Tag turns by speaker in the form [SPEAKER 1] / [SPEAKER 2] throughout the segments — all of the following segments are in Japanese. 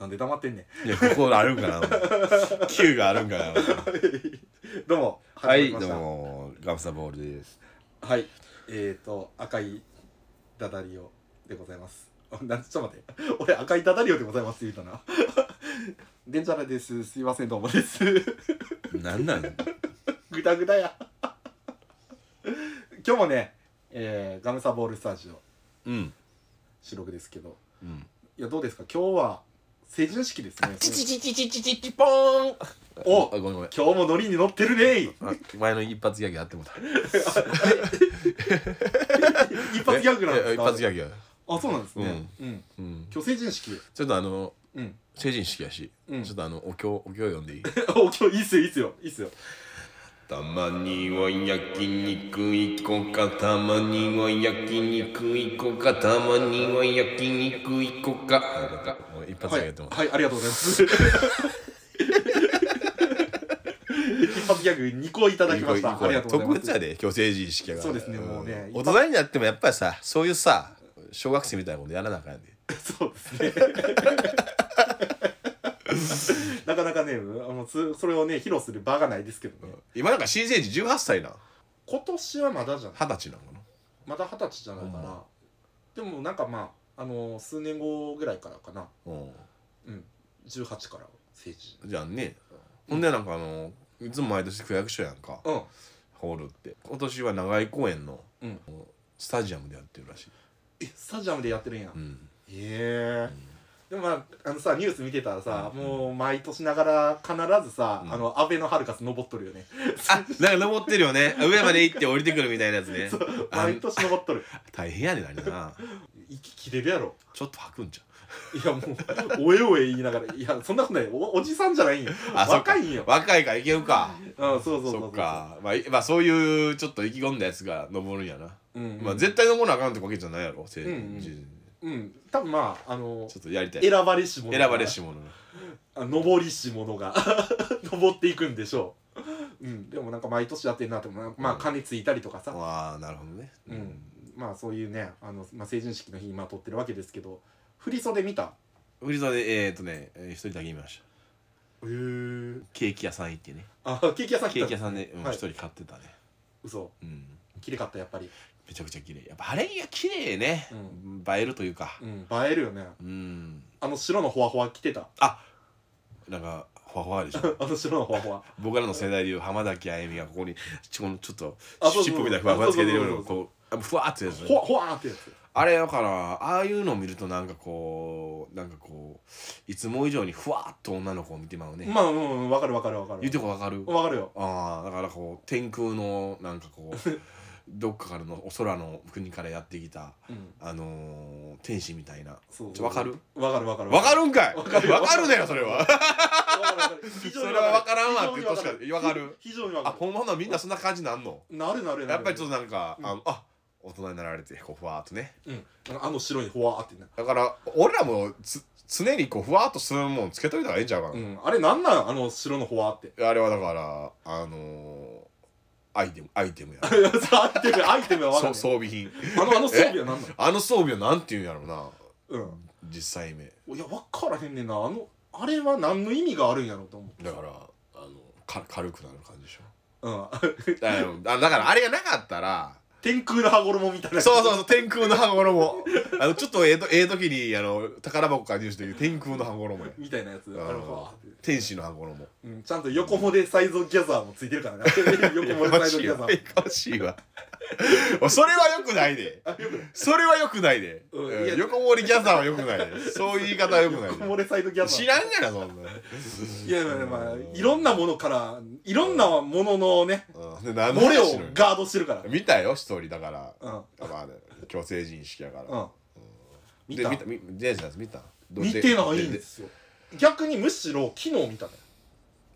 [SPEAKER 1] なんで黙ってんねん
[SPEAKER 2] いやここあるんかな Q があるんかな
[SPEAKER 1] どうも
[SPEAKER 2] はい
[SPEAKER 1] 始まりま
[SPEAKER 2] どう
[SPEAKER 1] した
[SPEAKER 2] もガムサボールです
[SPEAKER 1] はいえーと赤いダダリオでございます あなんちょっと待って俺赤いダダリオでございますって言ったな デンジャラですすいませんどうもです
[SPEAKER 2] なんなん
[SPEAKER 1] ぐだぐだや 今日もね、えーガムサボールスタジオ
[SPEAKER 2] うん
[SPEAKER 1] 収録ですけど
[SPEAKER 2] うん
[SPEAKER 1] いやどうですか今日は成人式ですね
[SPEAKER 2] チチチチチチチチポーン
[SPEAKER 1] お
[SPEAKER 2] あごめんごめん
[SPEAKER 1] 今日もノリに乗ってるねー
[SPEAKER 2] あ前の一発ギャグやってもうた
[SPEAKER 1] 一発ギャグなんですか
[SPEAKER 2] ええ一発ギャグや
[SPEAKER 1] あそうなんですね、うん
[SPEAKER 2] うん
[SPEAKER 1] 今日成人式
[SPEAKER 2] ちょっとあの
[SPEAKER 1] うん
[SPEAKER 2] 成人式やし
[SPEAKER 1] うん
[SPEAKER 2] ちょっとあのお経お経読んでいい
[SPEAKER 1] お今日いいっすよいいっすよいいっすよ
[SPEAKER 2] たまには焼肉行こうかたまには焼肉行こうかたまには焼肉行こうかあよかったもう一発ギャ
[SPEAKER 1] はい、
[SPEAKER 2] グやってもうた
[SPEAKER 1] はい、ありがとうございます 一発ギャグ2個いただきましたありがとうござい
[SPEAKER 2] 特
[SPEAKER 1] ます
[SPEAKER 2] 別やで、今日成人式やから。
[SPEAKER 1] そうですねもうね
[SPEAKER 2] ん大人になってもやっぱりさ、そういうさ、小学生みたいなことやらなあかんやで。
[SPEAKER 1] そうですね なかなかねあのつそれをね披露する場がないですけどね
[SPEAKER 2] 今なんか新成人18歳なん。
[SPEAKER 1] 今年はまだじゃない
[SPEAKER 2] 二十歳なのかな。
[SPEAKER 1] まだ二十歳じゃないかな、でもなんかまああの数年後ぐらいからかな
[SPEAKER 2] う
[SPEAKER 1] うん18から成人
[SPEAKER 2] ん。じゃあね。ほんでなんかあの、いつも毎年区役所やんか、
[SPEAKER 1] うん
[SPEAKER 2] ホールって。今年は長井公園の
[SPEAKER 1] うん
[SPEAKER 2] スタジアムでやってるらしい。
[SPEAKER 1] えスタジアムでやってるんや、
[SPEAKER 2] うん。
[SPEAKER 1] へえでもまああのさニュース見てたらさ、もう毎年ながら必ずさ、
[SPEAKER 2] うん
[SPEAKER 1] あの安倍のハルカス登っとるよね
[SPEAKER 2] あ、なんか登ってるよね。上まで行って降りてくるみたいなやつね。 あ
[SPEAKER 1] 毎年登っと る
[SPEAKER 2] 大変やねんあれな。
[SPEAKER 1] 息切れるやろ
[SPEAKER 2] ちょっと吐くんじゃう
[SPEAKER 1] いやもうおえおえ言いながらいやそんなことないおおじさんじゃないんよ
[SPEAKER 2] あそっか
[SPEAKER 1] 若いんよ
[SPEAKER 2] 若いからいけるか。
[SPEAKER 1] うんそうそうそう
[SPEAKER 2] そっかまあ、いまあそういうちょっと意気込んだやつが登るんやな、
[SPEAKER 1] うん、
[SPEAKER 2] まあ絶対登らなあかんってわけじゃないやろ、成
[SPEAKER 1] うんうんうん多分まああの
[SPEAKER 2] ちょっとやりたい
[SPEAKER 1] 選
[SPEAKER 2] 選
[SPEAKER 1] ばれし者が
[SPEAKER 2] ばれし者な
[SPEAKER 1] あ登りし者が 登っていくんでしょううんでもなんか毎年やってんなってもまあ金ついたりとかさ、
[SPEAKER 2] ああなるほどね
[SPEAKER 1] うんまあそういうねあの、まあ、成人式の日今撮ってるわけですけど振り袖見た
[SPEAKER 2] 振り袖でえー、っとねえー一人だけ見ました
[SPEAKER 1] へえ
[SPEAKER 2] ケーキ屋さん行ってね
[SPEAKER 1] あケーキ屋さん
[SPEAKER 2] ケ
[SPEAKER 1] 来
[SPEAKER 2] ー
[SPEAKER 1] た
[SPEAKER 2] キ屋さんでうん
[SPEAKER 1] はい
[SPEAKER 2] 一、人買ってたね
[SPEAKER 1] 嘘
[SPEAKER 2] うん
[SPEAKER 1] 綺麗かったやっぱり、
[SPEAKER 2] めちゃくちゃ綺麗やっぱあれが綺麗ね、映えるというか
[SPEAKER 1] うん、映えるよね
[SPEAKER 2] うん
[SPEAKER 1] あの白のほわほわ着てた
[SPEAKER 2] あなんかほわほわでしょ
[SPEAKER 1] あの白のほわほわ
[SPEAKER 2] 僕らの世代でいう浜崎あゆみがここにちょちょっと
[SPEAKER 1] あそうそう
[SPEAKER 2] 尻尾みたいなふわふわつけてるよう
[SPEAKER 1] そ
[SPEAKER 2] な
[SPEAKER 1] うそ
[SPEAKER 2] こうあふわーってやつね
[SPEAKER 1] ほわほわーってやつ
[SPEAKER 2] あれだからああいうのを見るとなんかこうなんかこういつも以上にふわっと女の子を見てまうね、
[SPEAKER 1] まあうんうんわかるわかるわかる
[SPEAKER 2] 言うてこわかる、
[SPEAKER 1] わかるよ
[SPEAKER 2] ああだからこう天空のなんかこう どっかからのお空の国からやってきた
[SPEAKER 1] うん
[SPEAKER 2] あのー、天使みたいな
[SPEAKER 1] そう
[SPEAKER 2] ちょわかる
[SPEAKER 1] わかるわかる
[SPEAKER 2] わか
[SPEAKER 1] る
[SPEAKER 2] るんかいわ
[SPEAKER 1] わ
[SPEAKER 2] か
[SPEAKER 1] か
[SPEAKER 2] る
[SPEAKER 1] る
[SPEAKER 2] ねよそれは
[SPEAKER 1] わかるわかる非
[SPEAKER 2] そ
[SPEAKER 1] 常に
[SPEAKER 2] れはわからんわって
[SPEAKER 1] 非
[SPEAKER 2] 言
[SPEAKER 1] 常
[SPEAKER 2] う
[SPEAKER 1] に
[SPEAKER 2] としかわかる
[SPEAKER 1] 非常にわ
[SPEAKER 2] あ
[SPEAKER 1] か
[SPEAKER 2] ほんまなみんなそんな感じなんの
[SPEAKER 1] るなるなるなる
[SPEAKER 2] やっぱりちょっとなんか、
[SPEAKER 1] うん
[SPEAKER 2] あのあ大人になられてこうふわーっとね
[SPEAKER 1] うんあの白いほわーってな
[SPEAKER 2] だから俺らもつ常にこうふわーっとするもんつけといた方がいいんちゃうかな、
[SPEAKER 1] うんあれなんなんあの白のほわーって
[SPEAKER 2] あれはだからあのー、アイテムアイテムや
[SPEAKER 1] アイテムアイテムはわか
[SPEAKER 2] そ
[SPEAKER 1] る
[SPEAKER 2] う装備品
[SPEAKER 1] あのあの装備は何なの
[SPEAKER 2] あの装備はなんていうんやろうな実際目
[SPEAKER 1] うんいや分からへんねんなあのあれは何の意味があるんやろうと思
[SPEAKER 2] だからあのか軽くなる感じでしょ
[SPEAKER 1] う、うん、
[SPEAKER 2] だからあだからあれがなかったら
[SPEAKER 1] 天空の羽衣みたいな
[SPEAKER 2] そうそうそう天空の羽衣あのちょっとええとええ時にあの宝箱加入してる天空の羽衣や
[SPEAKER 1] みたいなやつあれは、
[SPEAKER 2] 天使の羽衣
[SPEAKER 1] うん、ちゃんと横もでサイズギャザーもついてる からね横もで
[SPEAKER 2] や
[SPEAKER 1] サ
[SPEAKER 2] か
[SPEAKER 1] イズ
[SPEAKER 2] しい
[SPEAKER 1] ギャザ
[SPEAKER 2] わ
[SPEAKER 1] ー
[SPEAKER 2] やかしいわそれはよくないで
[SPEAKER 1] あよくない
[SPEAKER 2] それはよくないで、
[SPEAKER 1] うん
[SPEAKER 2] うん
[SPEAKER 1] いや
[SPEAKER 2] 横盛りギャザーはよくないでそういう言い方はよくないで
[SPEAKER 1] 横もでサイズギャザー
[SPEAKER 2] 知らんやろそんな、
[SPEAKER 1] いやいやいやまあいろんなものからいろんなもののね
[SPEAKER 2] うん、で何の
[SPEAKER 1] 漏れ
[SPEAKER 2] 話し
[SPEAKER 1] を
[SPEAKER 2] ろよ
[SPEAKER 1] ガードしてるから
[SPEAKER 2] 見たよ一人だから、
[SPEAKER 1] うん
[SPEAKER 2] まあね、今日成人式やから、
[SPEAKER 1] うん見
[SPEAKER 2] で
[SPEAKER 1] た
[SPEAKER 2] 見た見ジェイさん見たど
[SPEAKER 1] 見てないん
[SPEAKER 2] で
[SPEAKER 1] ですよ逆にむしろ昨日見たね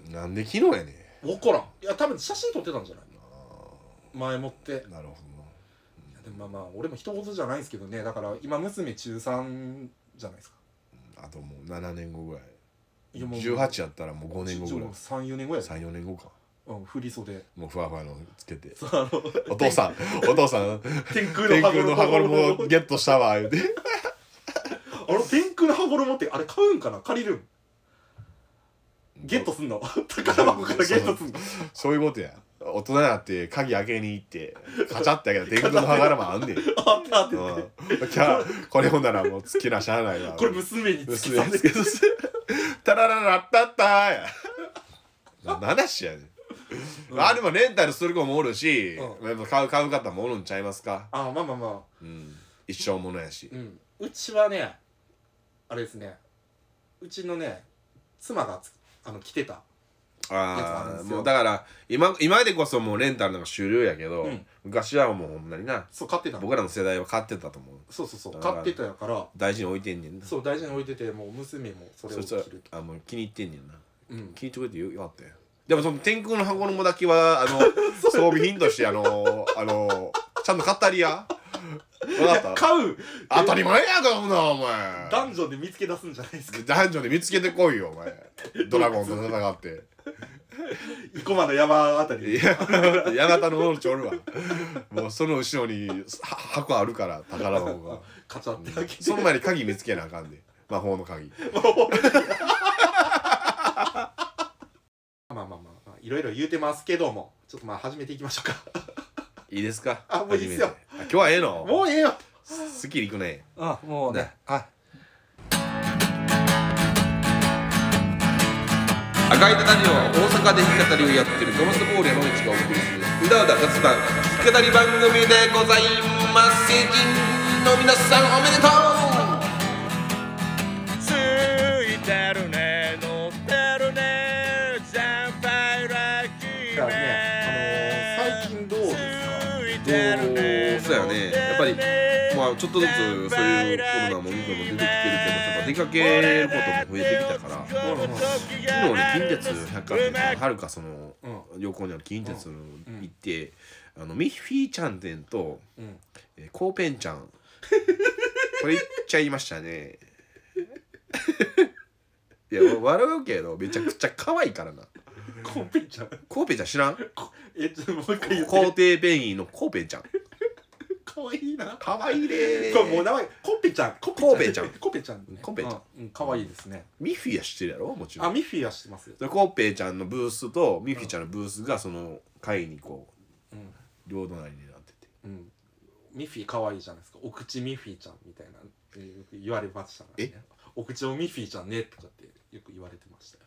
[SPEAKER 2] でなんで昨日やね
[SPEAKER 1] 分からんいや多分写真撮ってたんじゃない前もっていや
[SPEAKER 2] んなるほどな
[SPEAKER 1] でもまあまあ俺も一言じゃないですけどねだから今娘中3じゃないですか
[SPEAKER 2] あともう7年後ぐらい
[SPEAKER 1] いやもう
[SPEAKER 2] 18やったらもう5年後ぐらい
[SPEAKER 1] 34年後やで
[SPEAKER 2] 34年後か
[SPEAKER 1] うん振り袖
[SPEAKER 2] もうふわふわのつけて
[SPEAKER 1] そうあの
[SPEAKER 2] お父さんお父さん
[SPEAKER 1] 天空
[SPEAKER 2] 天
[SPEAKER 1] の
[SPEAKER 2] 空の羽
[SPEAKER 1] 羽
[SPEAKER 2] 衣
[SPEAKER 1] 衣
[SPEAKER 2] をゲットしたわ言うて
[SPEAKER 1] あの天空の羽衣ってあれ買うんかな借りるんゲットすんの 宝箱からゲットすんの
[SPEAKER 2] そういうことや大人になって鍵開けに行ってカチャって 開けたら電空の歯車あんねん、うん、
[SPEAKER 1] あったあって 言って
[SPEAKER 2] じゃあこれほんならもう好きなしゃあないわ
[SPEAKER 1] これ娘に突き
[SPEAKER 2] 薄い
[SPEAKER 1] 刺
[SPEAKER 2] や
[SPEAKER 1] さ
[SPEAKER 2] つ
[SPEAKER 1] れ
[SPEAKER 2] け
[SPEAKER 1] て
[SPEAKER 2] ど タラララッタッターやな何だしやねん、
[SPEAKER 1] うん
[SPEAKER 2] あでもレンタルする子もおるし、
[SPEAKER 1] う
[SPEAKER 2] やっぱ買う買う方もおるんちゃいますか、
[SPEAKER 1] あまあまあまあ
[SPEAKER 2] うん、一生ものやし
[SPEAKER 1] うんうちはねあれですねうちのね妻がつあの着てたやつもあるん
[SPEAKER 2] あ
[SPEAKER 1] で
[SPEAKER 2] あ
[SPEAKER 1] すよ
[SPEAKER 2] もうだから今今でこそもうレンタルなんか主流やけど、
[SPEAKER 1] うん
[SPEAKER 2] 昔はもうほんなにな
[SPEAKER 1] そう買ってたの
[SPEAKER 2] 僕らの世代は買ってたと思う
[SPEAKER 1] そうそうそう
[SPEAKER 2] だから
[SPEAKER 1] 買ってたやから
[SPEAKER 2] 大事に置いてんねんな
[SPEAKER 1] そう大事に置いててもう娘もそれ
[SPEAKER 2] そ
[SPEAKER 1] を
[SPEAKER 2] し
[SPEAKER 1] 着
[SPEAKER 2] たら
[SPEAKER 1] る
[SPEAKER 2] あもう気に入ってんねんな
[SPEAKER 1] うん
[SPEAKER 2] 気に入ってくれてよよかったよでもその天空の箱のもだけはあ の装備品としてあのあのちゃんと買ったりや分かった
[SPEAKER 1] 買う
[SPEAKER 2] 当たり前やんかほんなお前
[SPEAKER 1] ダンジョンで見つけ出すんじゃないですか
[SPEAKER 2] 男女で見つけてこいよお前ドラゴンと 戦って
[SPEAKER 1] 生駒の山あたり
[SPEAKER 2] いややがたのオルチおるわもうその後ろには箱あるから宝箱 が
[SPEAKER 1] カチャって開けて
[SPEAKER 2] その前に鍵見つけなあかんで魔法の鍵
[SPEAKER 1] まあまあまあまあいろいろ言うてますけどもちょっとまあ始めていきましょうか
[SPEAKER 2] いいですか
[SPEAKER 1] あもういいっすよ
[SPEAKER 2] 初めてあ今日はええ の
[SPEAKER 1] もうええよ
[SPEAKER 2] すっきりいくね
[SPEAKER 1] あもうね
[SPEAKER 2] はい赤いタリオは大阪で弾き語りをやってるトロスボール山口がお送りするうだうだ雑談弾き語り番組でございます成人の皆さんおめでとう
[SPEAKER 3] ついてるね乗ってるねジャンパイラッキ
[SPEAKER 1] だから
[SPEAKER 3] ー
[SPEAKER 1] ねあのー最
[SPEAKER 3] ね
[SPEAKER 1] 近どうですか
[SPEAKER 3] ついてるね
[SPEAKER 2] そうやねやっぱりまあちょっとずつそういうコロナもみんなも出てきてるけどやっぱ出かけることも増えてきたから昨日ね近鉄百貨店のはるかその
[SPEAKER 1] うん
[SPEAKER 2] 横にある近鉄の行って、あのミッフィーちゃん店と、
[SPEAKER 1] うん
[SPEAKER 2] えー、コーペンちゃんこれ言っちゃいました ねいや笑うけどめちゃくちゃ可愛いからな
[SPEAKER 1] コンペちゃん
[SPEAKER 2] コーペンちゃん知らん
[SPEAKER 1] こえちょっともう一回言って
[SPEAKER 2] 皇帝ペンギンのコーペンちゃん
[SPEAKER 1] かわいいな
[SPEAKER 2] 可愛いで
[SPEAKER 1] これもう名前コンペちゃんココンペちゃん
[SPEAKER 2] コンペちゃん
[SPEAKER 1] うんかわいいですね
[SPEAKER 2] ミッフィーは知ってるやろもちろ
[SPEAKER 1] あ
[SPEAKER 2] ん
[SPEAKER 1] ミッフィーはしてますよ
[SPEAKER 2] でコーペンちゃんのブースとミッフィーちゃんのブースがその会にこう、
[SPEAKER 1] うん
[SPEAKER 2] 両隣になってて
[SPEAKER 1] うんミッフィーかわいいじゃないですかお口ミッフィーちゃんみたいなえーよく言われましたからねお口をミッフィーちゃんねとかってよく言われてましたよ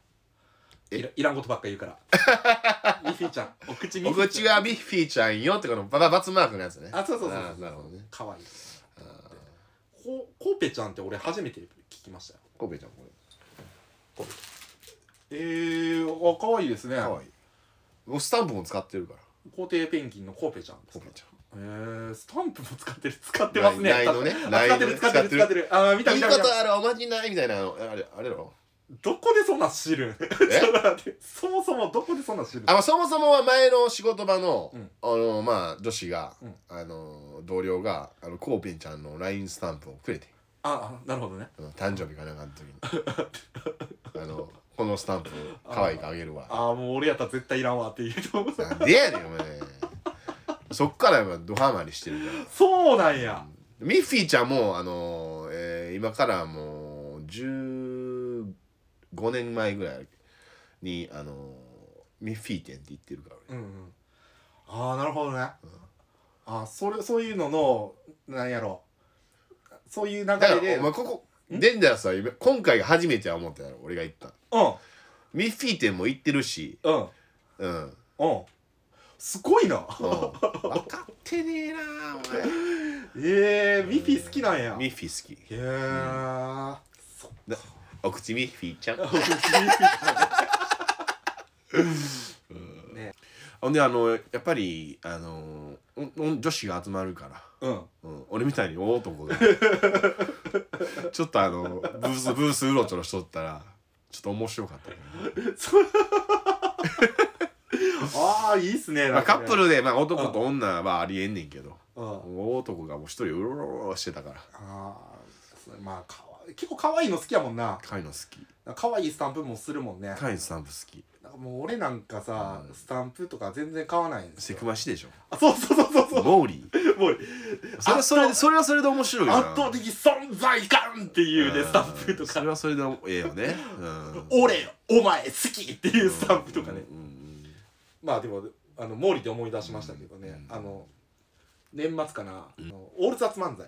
[SPEAKER 2] え
[SPEAKER 1] いらいらんことばっか言うから ミッフィーちゃんお口ミ
[SPEAKER 2] お
[SPEAKER 1] ッフィーち
[SPEAKER 2] 口はミッフィーちゃんよってこのバババツマークのやつね
[SPEAKER 1] ゃんあそうそうそう
[SPEAKER 2] あ
[SPEAKER 1] そう
[SPEAKER 2] ーなるほどね
[SPEAKER 1] かわいいこコーペちゃんって俺初めて聞きましたよ
[SPEAKER 2] コペちゃんこれ
[SPEAKER 1] えー、あ可愛いですね
[SPEAKER 2] かわいいもうスタンプも使ってるから
[SPEAKER 1] 皇帝ペンギンのコーペちゃんです
[SPEAKER 2] コペ
[SPEAKER 1] か
[SPEAKER 2] ちゃん
[SPEAKER 1] えー、スタンプも使ってる使ってますね
[SPEAKER 2] ラインラインのね
[SPEAKER 1] 使っ
[SPEAKER 2] ラインの
[SPEAKER 1] て
[SPEAKER 2] ね
[SPEAKER 1] る使ってる使ってるああ見た
[SPEAKER 2] いい
[SPEAKER 1] 見
[SPEAKER 2] こ
[SPEAKER 1] た見た
[SPEAKER 2] とあるおまじないみたいなのあれあれやろ
[SPEAKER 1] どこでそんなん知るん ちょっと待ってそもそもどこでそんなん知るん
[SPEAKER 2] あまあそもそもは前の仕事場の、
[SPEAKER 1] うん
[SPEAKER 2] あのまあ女子が、
[SPEAKER 1] うん
[SPEAKER 2] あの同僚があのコーペンちゃんの LINE スタンプをくれて、
[SPEAKER 1] ああなるほどね
[SPEAKER 2] うん、誕生日かなんかの時に あのこのスタンプ可愛いからあげるわ
[SPEAKER 1] ああもう俺やったら絶対いらんわって言うと思う
[SPEAKER 2] なんでやねんお前そっからやっぱドハマりしてるから
[SPEAKER 1] そうなんや
[SPEAKER 2] ミッフィーちゃんもあのーえー今からもう15年前ぐらいにあのーミッフィー店って言ってるから
[SPEAKER 1] うん、うん、ああなるほどね、ああそれそういうののなんやろそういう流れ
[SPEAKER 2] 俺だか
[SPEAKER 1] で
[SPEAKER 2] らお前ここデンジャラスは今今回が初めてや思ったやろ俺が行った
[SPEAKER 1] う
[SPEAKER 2] ミッフィー店も行ってるし
[SPEAKER 1] んうん
[SPEAKER 2] うん、うん、
[SPEAKER 1] うんすごいな
[SPEAKER 2] 分かってねえなお
[SPEAKER 1] ええー、ミッフィー好きなんや
[SPEAKER 2] 前
[SPEAKER 1] へ
[SPEAKER 2] ミッフィー好き
[SPEAKER 1] えーそっ
[SPEAKER 2] お口ミッフィーちゃん
[SPEAKER 1] かミッフィー
[SPEAKER 2] ほんであのやっぱりあのーおお女子が集まるか
[SPEAKER 1] う
[SPEAKER 2] ら
[SPEAKER 1] ん
[SPEAKER 2] うん、俺みたいに大男が ちょっとあのブースブースうろちょろしとったらちょっと面白かったね、
[SPEAKER 1] ああいいっすね
[SPEAKER 2] まあ、カップ、ルで、まあ、
[SPEAKER 1] う
[SPEAKER 2] 男
[SPEAKER 1] ん
[SPEAKER 2] と女はありえんねんけど
[SPEAKER 1] なんかねうん、
[SPEAKER 2] 大男がもう一人うろうろうろしてたから
[SPEAKER 1] ああすねまあかわ結構可愛いの好きやもんな
[SPEAKER 2] カイの好き
[SPEAKER 1] なんか可愛いスタンプもするもんね
[SPEAKER 2] カイのスタンプ好き
[SPEAKER 1] なんかもう俺なんかさ、
[SPEAKER 2] うん
[SPEAKER 1] スタンプとか全然買わないんです
[SPEAKER 2] セ
[SPEAKER 1] よ
[SPEAKER 2] クマシでしょ
[SPEAKER 1] あそうそうそうそうそう
[SPEAKER 2] モーリー
[SPEAKER 1] もう
[SPEAKER 2] それはそれでそれはそれで面白いよな
[SPEAKER 1] 圧倒的存在感っていうね
[SPEAKER 2] うん
[SPEAKER 1] スタンプと
[SPEAKER 2] それ
[SPEAKER 1] か
[SPEAKER 2] はそれでええよねうん
[SPEAKER 1] 「俺お前好き!」っていうスタンプとかね
[SPEAKER 2] うんうん
[SPEAKER 1] まあでもあの毛利で思い出しましたけどね、
[SPEAKER 2] うん
[SPEAKER 1] あの年末かな、あのオール雑漫才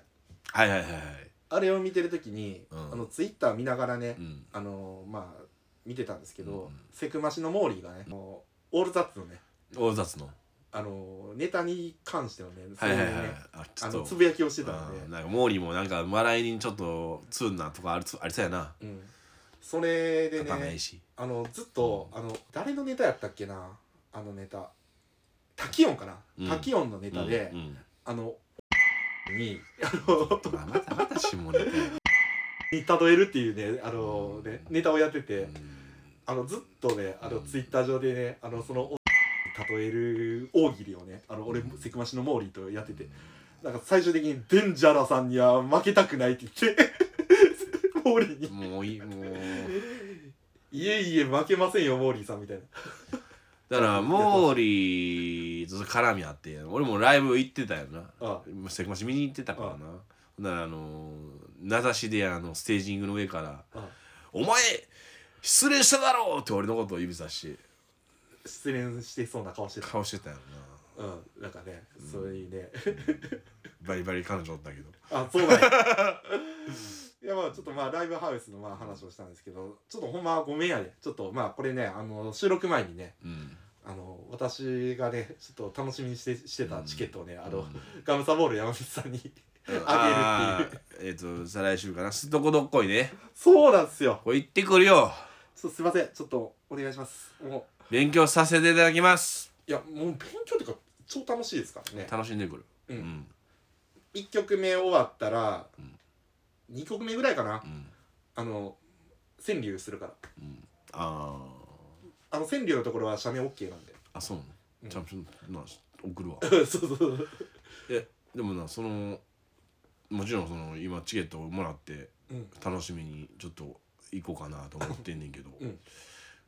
[SPEAKER 2] はいはいはいはい
[SPEAKER 1] あれを見てる時に、
[SPEAKER 2] うん
[SPEAKER 1] あのツイッター見ながらね、
[SPEAKER 2] うん
[SPEAKER 1] あのまあ見てたんですけど、
[SPEAKER 2] うんうん
[SPEAKER 1] セクマシのモーリーがね、もうオールザッツのね
[SPEAKER 2] 大雑の
[SPEAKER 1] あのネタに関してのねそ
[SPEAKER 2] は
[SPEAKER 1] う
[SPEAKER 2] い
[SPEAKER 1] いう
[SPEAKER 2] はい
[SPEAKER 1] ね、
[SPEAKER 2] はいあちょ
[SPEAKER 1] あ
[SPEAKER 2] っ
[SPEAKER 1] の
[SPEAKER 2] と
[SPEAKER 1] つぶやきをしてたので
[SPEAKER 2] う、んなんかモーリーもなんか笑いにちょっとツンなとかあるつありそうやな
[SPEAKER 1] うん、それで
[SPEAKER 2] 頭い
[SPEAKER 1] ね
[SPEAKER 2] いし
[SPEAKER 1] あのずっとあの誰のネタやったっけなあのネタタキオンかな、
[SPEAKER 2] うん
[SPEAKER 1] タキオンのネタで、
[SPEAKER 2] うんうん
[SPEAKER 1] あのにあの
[SPEAKER 2] まあまたまた下ネタや
[SPEAKER 1] に例えるっていうねあのねネタをやってて、
[SPEAKER 2] うん
[SPEAKER 1] あのずっとねあのツイッター上でねあのそのお例える大喜利をねあの俺セクマシのモーリーとやっててなんか最終的にデンジャラさんには負けたくないって言って モーリーに
[SPEAKER 2] もういいもう
[SPEAKER 1] 「いえいえ負けませんよモーリーさん」みたいな
[SPEAKER 2] だからモーリーと絡みあって俺もライブ行ってたよな
[SPEAKER 1] あ
[SPEAKER 2] セクマシ見に行ってたからなほんならあの名指しであのステージングの上から
[SPEAKER 1] あ
[SPEAKER 2] 「お前失礼しただろ!」って俺のことを指さして
[SPEAKER 1] 失恋してそうな顔してた
[SPEAKER 2] 顔してたよな
[SPEAKER 1] うんなんかねそういうね
[SPEAKER 2] バリバリ彼女おったけど
[SPEAKER 1] あそうなんや いやまあちょっとまあライブハウスのまあ話をしたんですけどちょっとほんまごめんやでちょっとまあこれねあの収録前にね
[SPEAKER 2] うん
[SPEAKER 1] あの私がねちょっと楽しみにしてしてたチケットをね、あ
[SPEAKER 2] う
[SPEAKER 1] の
[SPEAKER 2] ん
[SPEAKER 1] ガムサボール山口さんに あ
[SPEAKER 2] あ
[SPEAKER 1] げ
[SPEAKER 2] げ
[SPEAKER 1] る
[SPEAKER 2] るっていうえっ、と再来週かなすどこどっこいね
[SPEAKER 1] そうなんですよ
[SPEAKER 2] これ行ってくるよ
[SPEAKER 1] ちょっとすいませんちょっとお願いしますも
[SPEAKER 2] 勉強させていただきます
[SPEAKER 1] ういやもう勉強というか超楽しいですからね
[SPEAKER 2] 楽しんでくる
[SPEAKER 1] うん
[SPEAKER 2] うん
[SPEAKER 1] 1曲目終わったら、
[SPEAKER 2] うん
[SPEAKER 1] 二2曲目ぐらいかな
[SPEAKER 2] うん、
[SPEAKER 1] あの川柳するから
[SPEAKER 2] うん、あ
[SPEAKER 1] あの川柳のところは写メ OK なんで
[SPEAKER 2] ーあそうなの、
[SPEAKER 1] うん
[SPEAKER 2] ちゃんとな送るわ
[SPEAKER 1] そうそうそう
[SPEAKER 2] えでもなそのもちろんその今チケットをもらって
[SPEAKER 1] うん
[SPEAKER 2] 楽しみにちょっと行こうかなと思ってんねんけど、
[SPEAKER 1] うん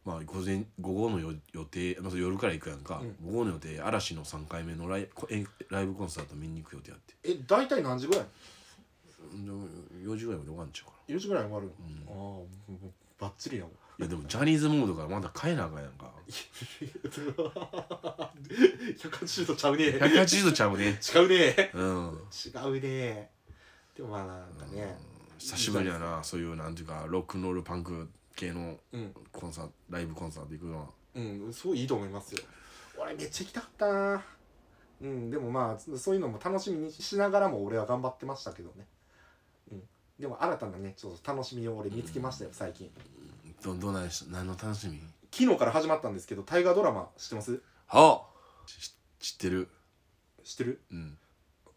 [SPEAKER 2] まあ午前午後のよ予定、まあ、夜から行くやんか、
[SPEAKER 1] うん
[SPEAKER 2] 午後の予定嵐の3回目のライこえライブコンサート見に行く予定あって
[SPEAKER 1] え大体何時ぐらい
[SPEAKER 2] でも4時ぐらいまで終わんちゃうか
[SPEAKER 1] 4時ぐらいに終わるの、
[SPEAKER 2] うん
[SPEAKER 1] ああもうもうバッチリやもん
[SPEAKER 2] ないやでもジャニーズモードからまだ帰らなあかんやんか
[SPEAKER 1] 180度ちゃうね
[SPEAKER 2] 180度ちゃうね
[SPEAKER 1] 違うね
[SPEAKER 2] うん、うん
[SPEAKER 1] 違うねでもまあなんかね
[SPEAKER 2] 久しぶりやなそういうなんていうかロックンロールパンク系の
[SPEAKER 1] うん
[SPEAKER 2] コンサートライブコンサート行くのは
[SPEAKER 1] うんすごいいいと思いますよ俺めっちゃ行きたかったなうんでもまあそそういうのも楽しみにしながらも俺は頑張ってましたけどねうんでも新たなねちょっと楽しみを俺見つけましたよ最近
[SPEAKER 2] どどうなんでし何の楽しみ
[SPEAKER 1] 昨日から始まったんですけど大河ドラマ知ってます
[SPEAKER 2] はあし知ってる
[SPEAKER 1] 知ってる
[SPEAKER 2] うん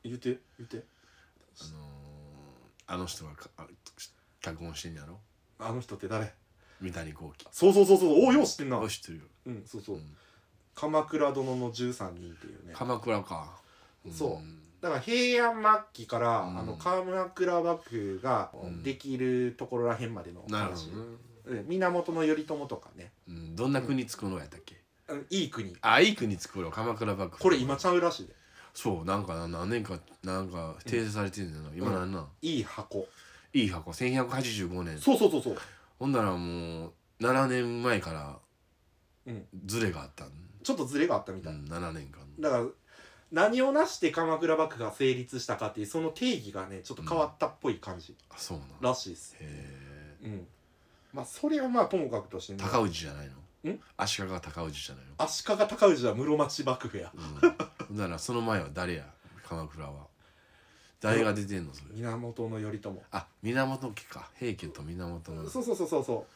[SPEAKER 1] 言って言って
[SPEAKER 2] あのー、あの人がかあし脚本してんやろ
[SPEAKER 1] あの人って誰
[SPEAKER 2] 三谷幸喜
[SPEAKER 1] そうそうそうそうおおよう知ってんな
[SPEAKER 2] あ知ってるよ、
[SPEAKER 1] うんそうそうう、
[SPEAKER 2] ん
[SPEAKER 1] 鎌倉殿の13人っていうね
[SPEAKER 2] 鎌倉か
[SPEAKER 1] そ
[SPEAKER 2] ん
[SPEAKER 1] だから平安末期から、
[SPEAKER 2] うん
[SPEAKER 1] あの鎌倉幕府が
[SPEAKER 2] うん
[SPEAKER 1] できるところらへんまでの
[SPEAKER 2] なるほ
[SPEAKER 1] 話、
[SPEAKER 2] どね、
[SPEAKER 1] うん源頼朝とかね
[SPEAKER 2] うん、どんな国作ろうやったっけ、
[SPEAKER 1] あのいい国
[SPEAKER 2] あいい国作ろう鎌倉幕府
[SPEAKER 1] これ今ちゃうらしいで
[SPEAKER 2] そうなんかな何年かなんか訂正されてるんだよな、今なんなん、
[SPEAKER 1] いい箱
[SPEAKER 2] いい箱1185年
[SPEAKER 1] そうそうそうそう
[SPEAKER 2] ほんならもう7年前から
[SPEAKER 1] うん
[SPEAKER 2] ズレがあったん、
[SPEAKER 1] ちょっとズレがあったみ
[SPEAKER 2] う
[SPEAKER 1] たい、
[SPEAKER 2] ん、7年間
[SPEAKER 1] だから何をなして鎌倉幕府が成立したかっていうその定義がねちょっと変わったっぽい感じ
[SPEAKER 2] あそうなん
[SPEAKER 1] らしいです
[SPEAKER 2] へえ
[SPEAKER 1] うんまあそれはまあともかくとしてね
[SPEAKER 2] 高氏じゃないの
[SPEAKER 1] ん
[SPEAKER 2] 足利高氏じゃないの
[SPEAKER 1] 足利尊氏は室町幕府や
[SPEAKER 2] うん、ならその前は誰や鎌倉は誰が出てんのそれ
[SPEAKER 1] 源頼朝
[SPEAKER 2] あ源家か平家と源の
[SPEAKER 1] そうそうそうそうそ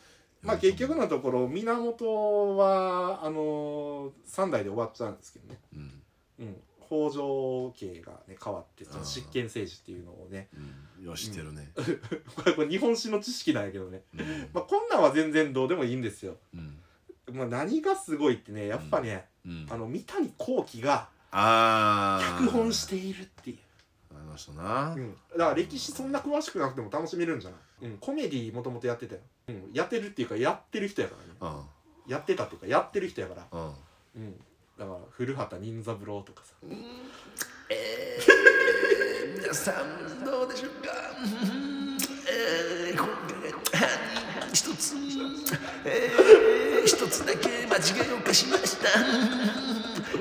[SPEAKER 1] うまあ結局のところ源はあのー、3代で終わっちゃうんですけどね、
[SPEAKER 2] うん、
[SPEAKER 1] うん、北条家がね変わってそ
[SPEAKER 2] あ
[SPEAKER 1] の
[SPEAKER 2] ー
[SPEAKER 1] 執権政治っていうのをね
[SPEAKER 2] うん、よしてるね、
[SPEAKER 1] これこれ日本史の知識なんやけどね、
[SPEAKER 2] うん
[SPEAKER 1] まあ、こんなんは全然どうでもいいんですよ、
[SPEAKER 2] うん
[SPEAKER 1] まあ、何がすごいってねやっぱね、
[SPEAKER 2] うん、
[SPEAKER 1] あの三谷幸喜が
[SPEAKER 2] あー
[SPEAKER 1] 脚本しているっていう
[SPEAKER 2] あのの人な
[SPEAKER 1] うん、だから歴史そんな詳しくなくても楽しめるんじゃない、うん、コメディもともとやってたよ、うん、やってるっていうかやってる人やからね
[SPEAKER 2] うん
[SPEAKER 1] やってたっていうかやってる人やから、
[SPEAKER 2] うん
[SPEAKER 1] うん、だから古畑任三郎とかさ
[SPEAKER 2] えー、皆さんどうでしょうか、うんえー、今回は一つ、えー、一つだけ間違いを犯しました、うん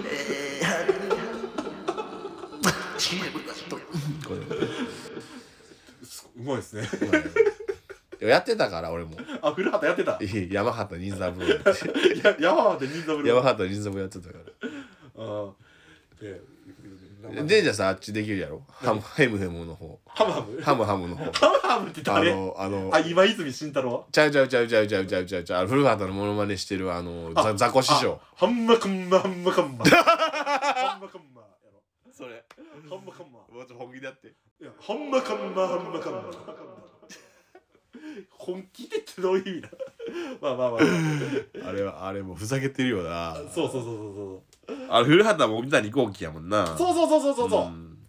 [SPEAKER 2] えー、犯人 CM だとこれ
[SPEAKER 1] すうまいですね
[SPEAKER 2] でもやってたから俺も
[SPEAKER 1] あ古畑やってた
[SPEAKER 2] いや山形任三郎って
[SPEAKER 1] や山畑任三
[SPEAKER 2] 山
[SPEAKER 1] 郎
[SPEAKER 2] 形任三郎やってたか
[SPEAKER 1] あーで
[SPEAKER 2] らでじゃあさあっちできるやろハムヘムヘムの方
[SPEAKER 1] ハムハ ム
[SPEAKER 2] ハムハムの方
[SPEAKER 1] ハムハムって
[SPEAKER 2] あ
[SPEAKER 1] 誰あ
[SPEAKER 2] のあの
[SPEAKER 1] 今泉慎太郎
[SPEAKER 2] ちゃうちゃうちゃうちゃうちゃうちゃうちゃうちゃう古畑のモノマネしてるあのザザコ師匠
[SPEAKER 1] あハンマカンマハンマカンマハンマカンマやろ
[SPEAKER 2] それ
[SPEAKER 1] ハンマカンマ
[SPEAKER 2] もうちょ本気だって
[SPEAKER 1] いやハンマカンマハンマカンマ本気でってどういう意味だ まあまあまあ、
[SPEAKER 2] あれはあれもうふざけてるよな
[SPEAKER 1] そうそうそうそう
[SPEAKER 2] あれ古畑も三谷幸喜やもんな
[SPEAKER 1] そうそうそうそうそうそうそう、
[SPEAKER 2] ん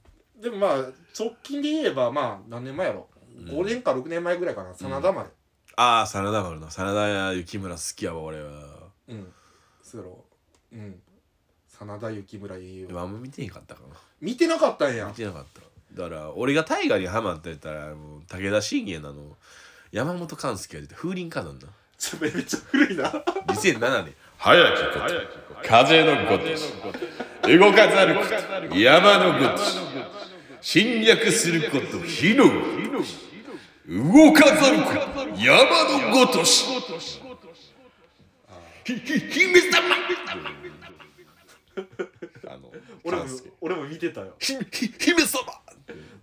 [SPEAKER 1] でもまあ直近で言えばまあ何年前やろ、5年か6年前ぐらいかな真田丸
[SPEAKER 2] ああ真田丸な真田や幸村好きやわ俺は
[SPEAKER 1] うん、そうやろうん真田幸村栄
[SPEAKER 2] で
[SPEAKER 1] 雄
[SPEAKER 2] もあんま見てへんかったかな
[SPEAKER 1] 見てなかったんや
[SPEAKER 2] 見てなかっただから俺が大河にハマってたらもう武田信玄のあの山本勘介が出て風林火山な
[SPEAKER 1] ちょめっちゃ古いな
[SPEAKER 2] 2007年早きこと風のごとき動かざること山のごとき侵略すること火のごとき動かざること山のごとしひひ姫様あの
[SPEAKER 1] 俺も
[SPEAKER 2] 勘介
[SPEAKER 1] 俺も見てたよ
[SPEAKER 2] ひひ姫様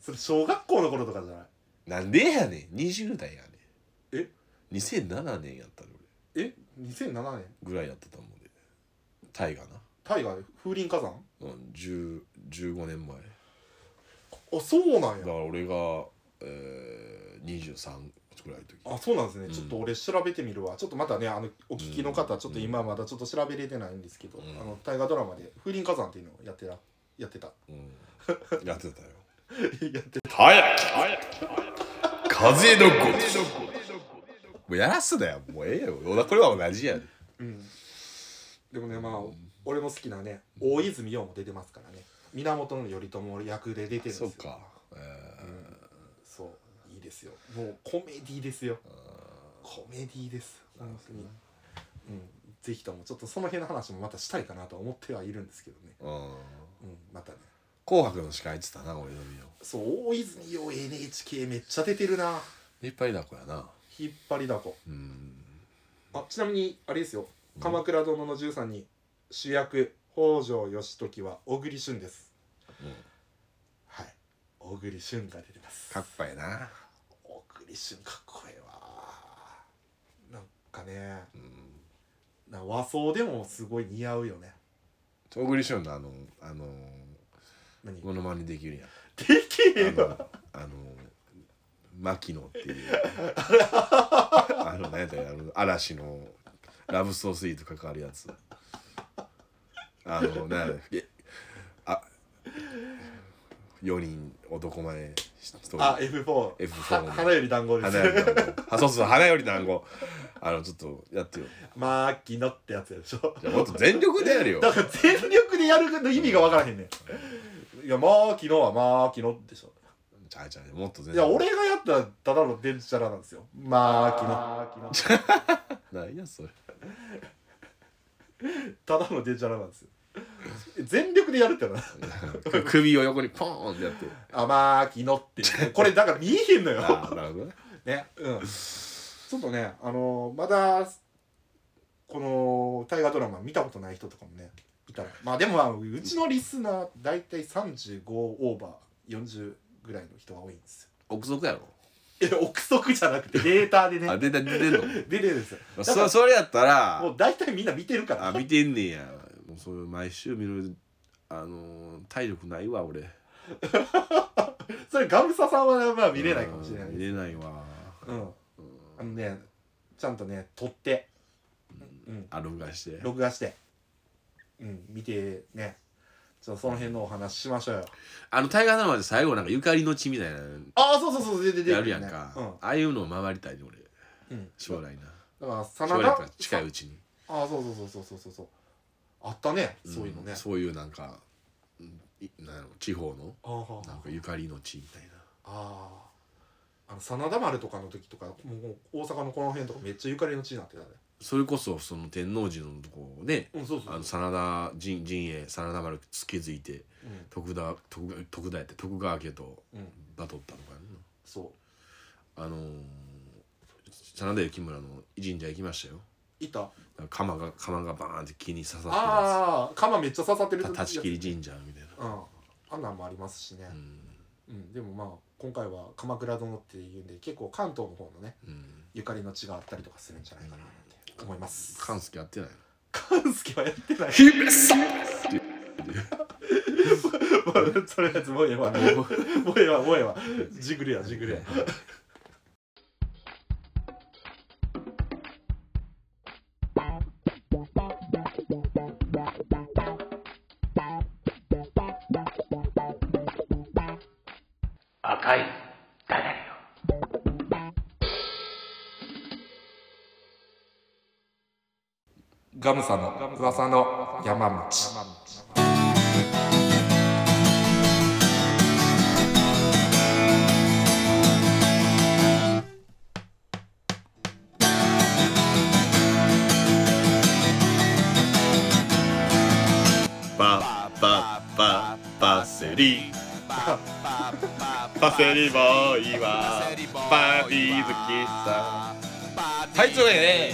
[SPEAKER 1] それ小学校の頃とかじゃない
[SPEAKER 2] なんでやねん20代やねん
[SPEAKER 1] え
[SPEAKER 2] 2007年やったの
[SPEAKER 1] え2007年
[SPEAKER 2] 俺ぐらいやってたもんで大河な
[SPEAKER 1] 大河風林火山
[SPEAKER 2] うん10 15年前
[SPEAKER 1] あそうなん
[SPEAKER 2] だ
[SPEAKER 1] や
[SPEAKER 2] から俺が、えー、23くらいの時
[SPEAKER 1] あそうなんですね、ちょっと俺調べてみるわちょっとまたねあのお聞きの方、ちょっと今まだちょっと調べれてないんですけど、あの大河ドラマで風林火山っていうのをやってたやってた
[SPEAKER 2] うん、やってたよ
[SPEAKER 1] やってた
[SPEAKER 2] 早き風のごとしもうやらすなよもうええよ俺これは同じやで
[SPEAKER 1] うんでもねまあ、俺も好きなね大泉洋も出てますからね源頼朝役で出てるんです
[SPEAKER 2] そ
[SPEAKER 1] よ
[SPEAKER 2] うか、え
[SPEAKER 1] そういいですよもうコメディですよコメディです本当に、うん、ぜひともちょっとその辺の話もまたしたいかなとは思ってはいるんですけどね、
[SPEAKER 2] ーうん
[SPEAKER 1] うん、またね
[SPEAKER 2] 紅白の司会やってたな俺のみよ
[SPEAKER 1] そう大泉洋 NHK めっちゃ出てるな
[SPEAKER 2] 引っ張りだこやな
[SPEAKER 1] 引っ張りだこ
[SPEAKER 2] うん
[SPEAKER 1] あちなみにあれですよ「鎌倉殿の13人」主役北条義時は小栗旬です、
[SPEAKER 2] うん
[SPEAKER 1] はい小栗旬が出てます
[SPEAKER 2] かっこええな
[SPEAKER 1] 小栗旬かっこええわなんかね、な和装でもすごい似合うよね
[SPEAKER 2] 小栗旬のあのあの
[SPEAKER 1] 何で
[SPEAKER 2] モノマネできるやん
[SPEAKER 1] きへ
[SPEAKER 2] あ
[SPEAKER 1] んわ
[SPEAKER 2] の、あの、牧野っ ていう。あの、なんやったっけあの、嵐の。ラブソースイート関わるやつ。あの、なんやったっけあ。四人男前。一人
[SPEAKER 1] あ F4
[SPEAKER 2] F4
[SPEAKER 1] は花より団子です
[SPEAKER 2] 花より団子。あ、そうそう、花より団子。あの、ちょっと、やってよ。
[SPEAKER 1] マーキノってやつやでしょ
[SPEAKER 2] じゃ、もっと全力でやるよ。
[SPEAKER 1] だから全力でやるの意味が分からへんねんいやマーキノはマーキノでしょ
[SPEAKER 2] ちゃうちゃう、もっと全
[SPEAKER 1] いや。俺がやったらただのデンジャラなんですよマーキ ノ
[SPEAKER 2] なんや、それ。
[SPEAKER 1] ただのデンジャラなんですよ全力でやるってのは
[SPEAKER 2] 首を横にポーンってやって。
[SPEAKER 1] あマーキノってこれだから見えへんの よ
[SPEAKER 2] あー、なるほどね。
[SPEAKER 1] ねうんちょっとねあのーまだこの大河ドラマ見たことない人とかもねいたらまあでもまあうちのリスナー大体35オーバー40ぐらいの人が多いんです
[SPEAKER 2] 憶測やろ。
[SPEAKER 1] よえ憶測じゃなくてデータで
[SPEAKER 2] あ、
[SPEAKER 1] ね
[SPEAKER 2] 出て出てんの。
[SPEAKER 1] 出てるんですよだか
[SPEAKER 2] そそれやった
[SPEAKER 1] らも
[SPEAKER 2] ら
[SPEAKER 1] う大体みんな見てるから
[SPEAKER 2] あ見てんねやもうそれ毎週見るあのー体力ないわ俺
[SPEAKER 1] それガムサさんはまあ見れないかもしれない
[SPEAKER 2] うん見
[SPEAKER 1] です
[SPEAKER 2] れないわ
[SPEAKER 1] うんあのねちゃんとね撮ってうん
[SPEAKER 2] あ録画して
[SPEAKER 1] 録画してうん見てねちょっとその辺のお話しましょうよ
[SPEAKER 2] あの大河ドラマで最後なんかゆかりの地みたいなの
[SPEAKER 1] ああそうそうそうででで
[SPEAKER 2] やるやんか、
[SPEAKER 1] うん
[SPEAKER 2] ああいうのを回りたいね俺
[SPEAKER 1] うん、
[SPEAKER 2] 将来な
[SPEAKER 1] だから真
[SPEAKER 2] 将来
[SPEAKER 1] 田
[SPEAKER 2] とか近いうちに
[SPEAKER 1] ああそうそうそうそうそうそうあったねそういうのね、
[SPEAKER 2] んそういうなんかうんいなんやろ地方の
[SPEAKER 1] あーあー
[SPEAKER 2] なんかゆかりの地みたいな
[SPEAKER 1] あーあの真田丸とかの時とかもう大阪のこの辺とかめっちゃゆかりの地になってたね
[SPEAKER 2] それこそその天王寺のとこをね
[SPEAKER 1] うんそうそ
[SPEAKER 2] あの
[SPEAKER 1] う
[SPEAKER 2] 真田陣陣営真田丸突きづいて
[SPEAKER 1] うん
[SPEAKER 2] 徳田徳徳田やって徳川家と
[SPEAKER 1] うん
[SPEAKER 2] バトったとかやんな
[SPEAKER 1] そう
[SPEAKER 2] あのー、真田幸村の神社行きましたよ
[SPEAKER 1] いた
[SPEAKER 2] なんか鎌が鎌がバーンって木に刺さってるや
[SPEAKER 1] ああ鎌めっちゃ刺さってる
[SPEAKER 2] つた立ち切り神社みたいな、
[SPEAKER 1] うんあんなんもありますしね
[SPEAKER 2] う、ん
[SPEAKER 1] うん、でもまあ今回は鎌倉殿っていうんで結構関東の方のね
[SPEAKER 2] うん、
[SPEAKER 1] ゆかりの地があったりとかするんじゃないかなって思います
[SPEAKER 2] 勘助やってないの
[SPEAKER 1] 勘助はやってない それやつもうええわもうええわもうええわジグルやジグルや
[SPEAKER 4] 赤いダイヤよ
[SPEAKER 1] ガムさんの噂の山道
[SPEAKER 5] パパパパセリパセリボーイはパーティー好きさ
[SPEAKER 2] はいというわけでね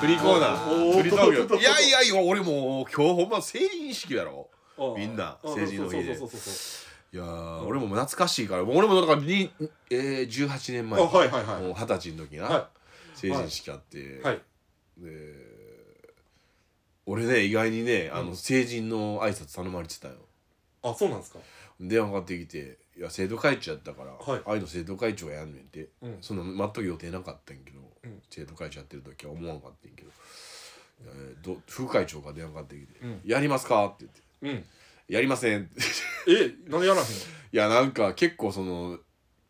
[SPEAKER 2] フリーコーナー
[SPEAKER 1] おー
[SPEAKER 2] フリートー
[SPEAKER 1] おー
[SPEAKER 2] クいやいやいや俺もう今日ほんま成人式やろみんな
[SPEAKER 1] う
[SPEAKER 2] 成人の日で
[SPEAKER 1] そうそうそうそう
[SPEAKER 2] いやー俺も懐かしいからもう俺もだからに、えー、18年前
[SPEAKER 1] あはいはいはい
[SPEAKER 2] もう二十歳の時な、
[SPEAKER 1] は
[SPEAKER 2] 成人式あって、
[SPEAKER 1] はい
[SPEAKER 2] で俺ね意外にねあの成人の挨拶頼まれてたよ
[SPEAKER 1] あそうなんですか
[SPEAKER 2] 電話かかってきて「いや生徒会長やったから、
[SPEAKER 1] はい
[SPEAKER 2] 愛の生徒会長がやんねん」って、
[SPEAKER 1] うん
[SPEAKER 2] そんな待っとく予定なかったんやけど、
[SPEAKER 1] うん
[SPEAKER 2] 生徒会長やってる時は思わんかったんやけど、えーど副会長が電話かかってきて「
[SPEAKER 1] うん
[SPEAKER 2] やりますか?」って言っ
[SPEAKER 1] う
[SPEAKER 2] て
[SPEAKER 1] ん
[SPEAKER 2] 「やりません」って
[SPEAKER 1] えなんでやらへんの
[SPEAKER 2] いやなんか結構その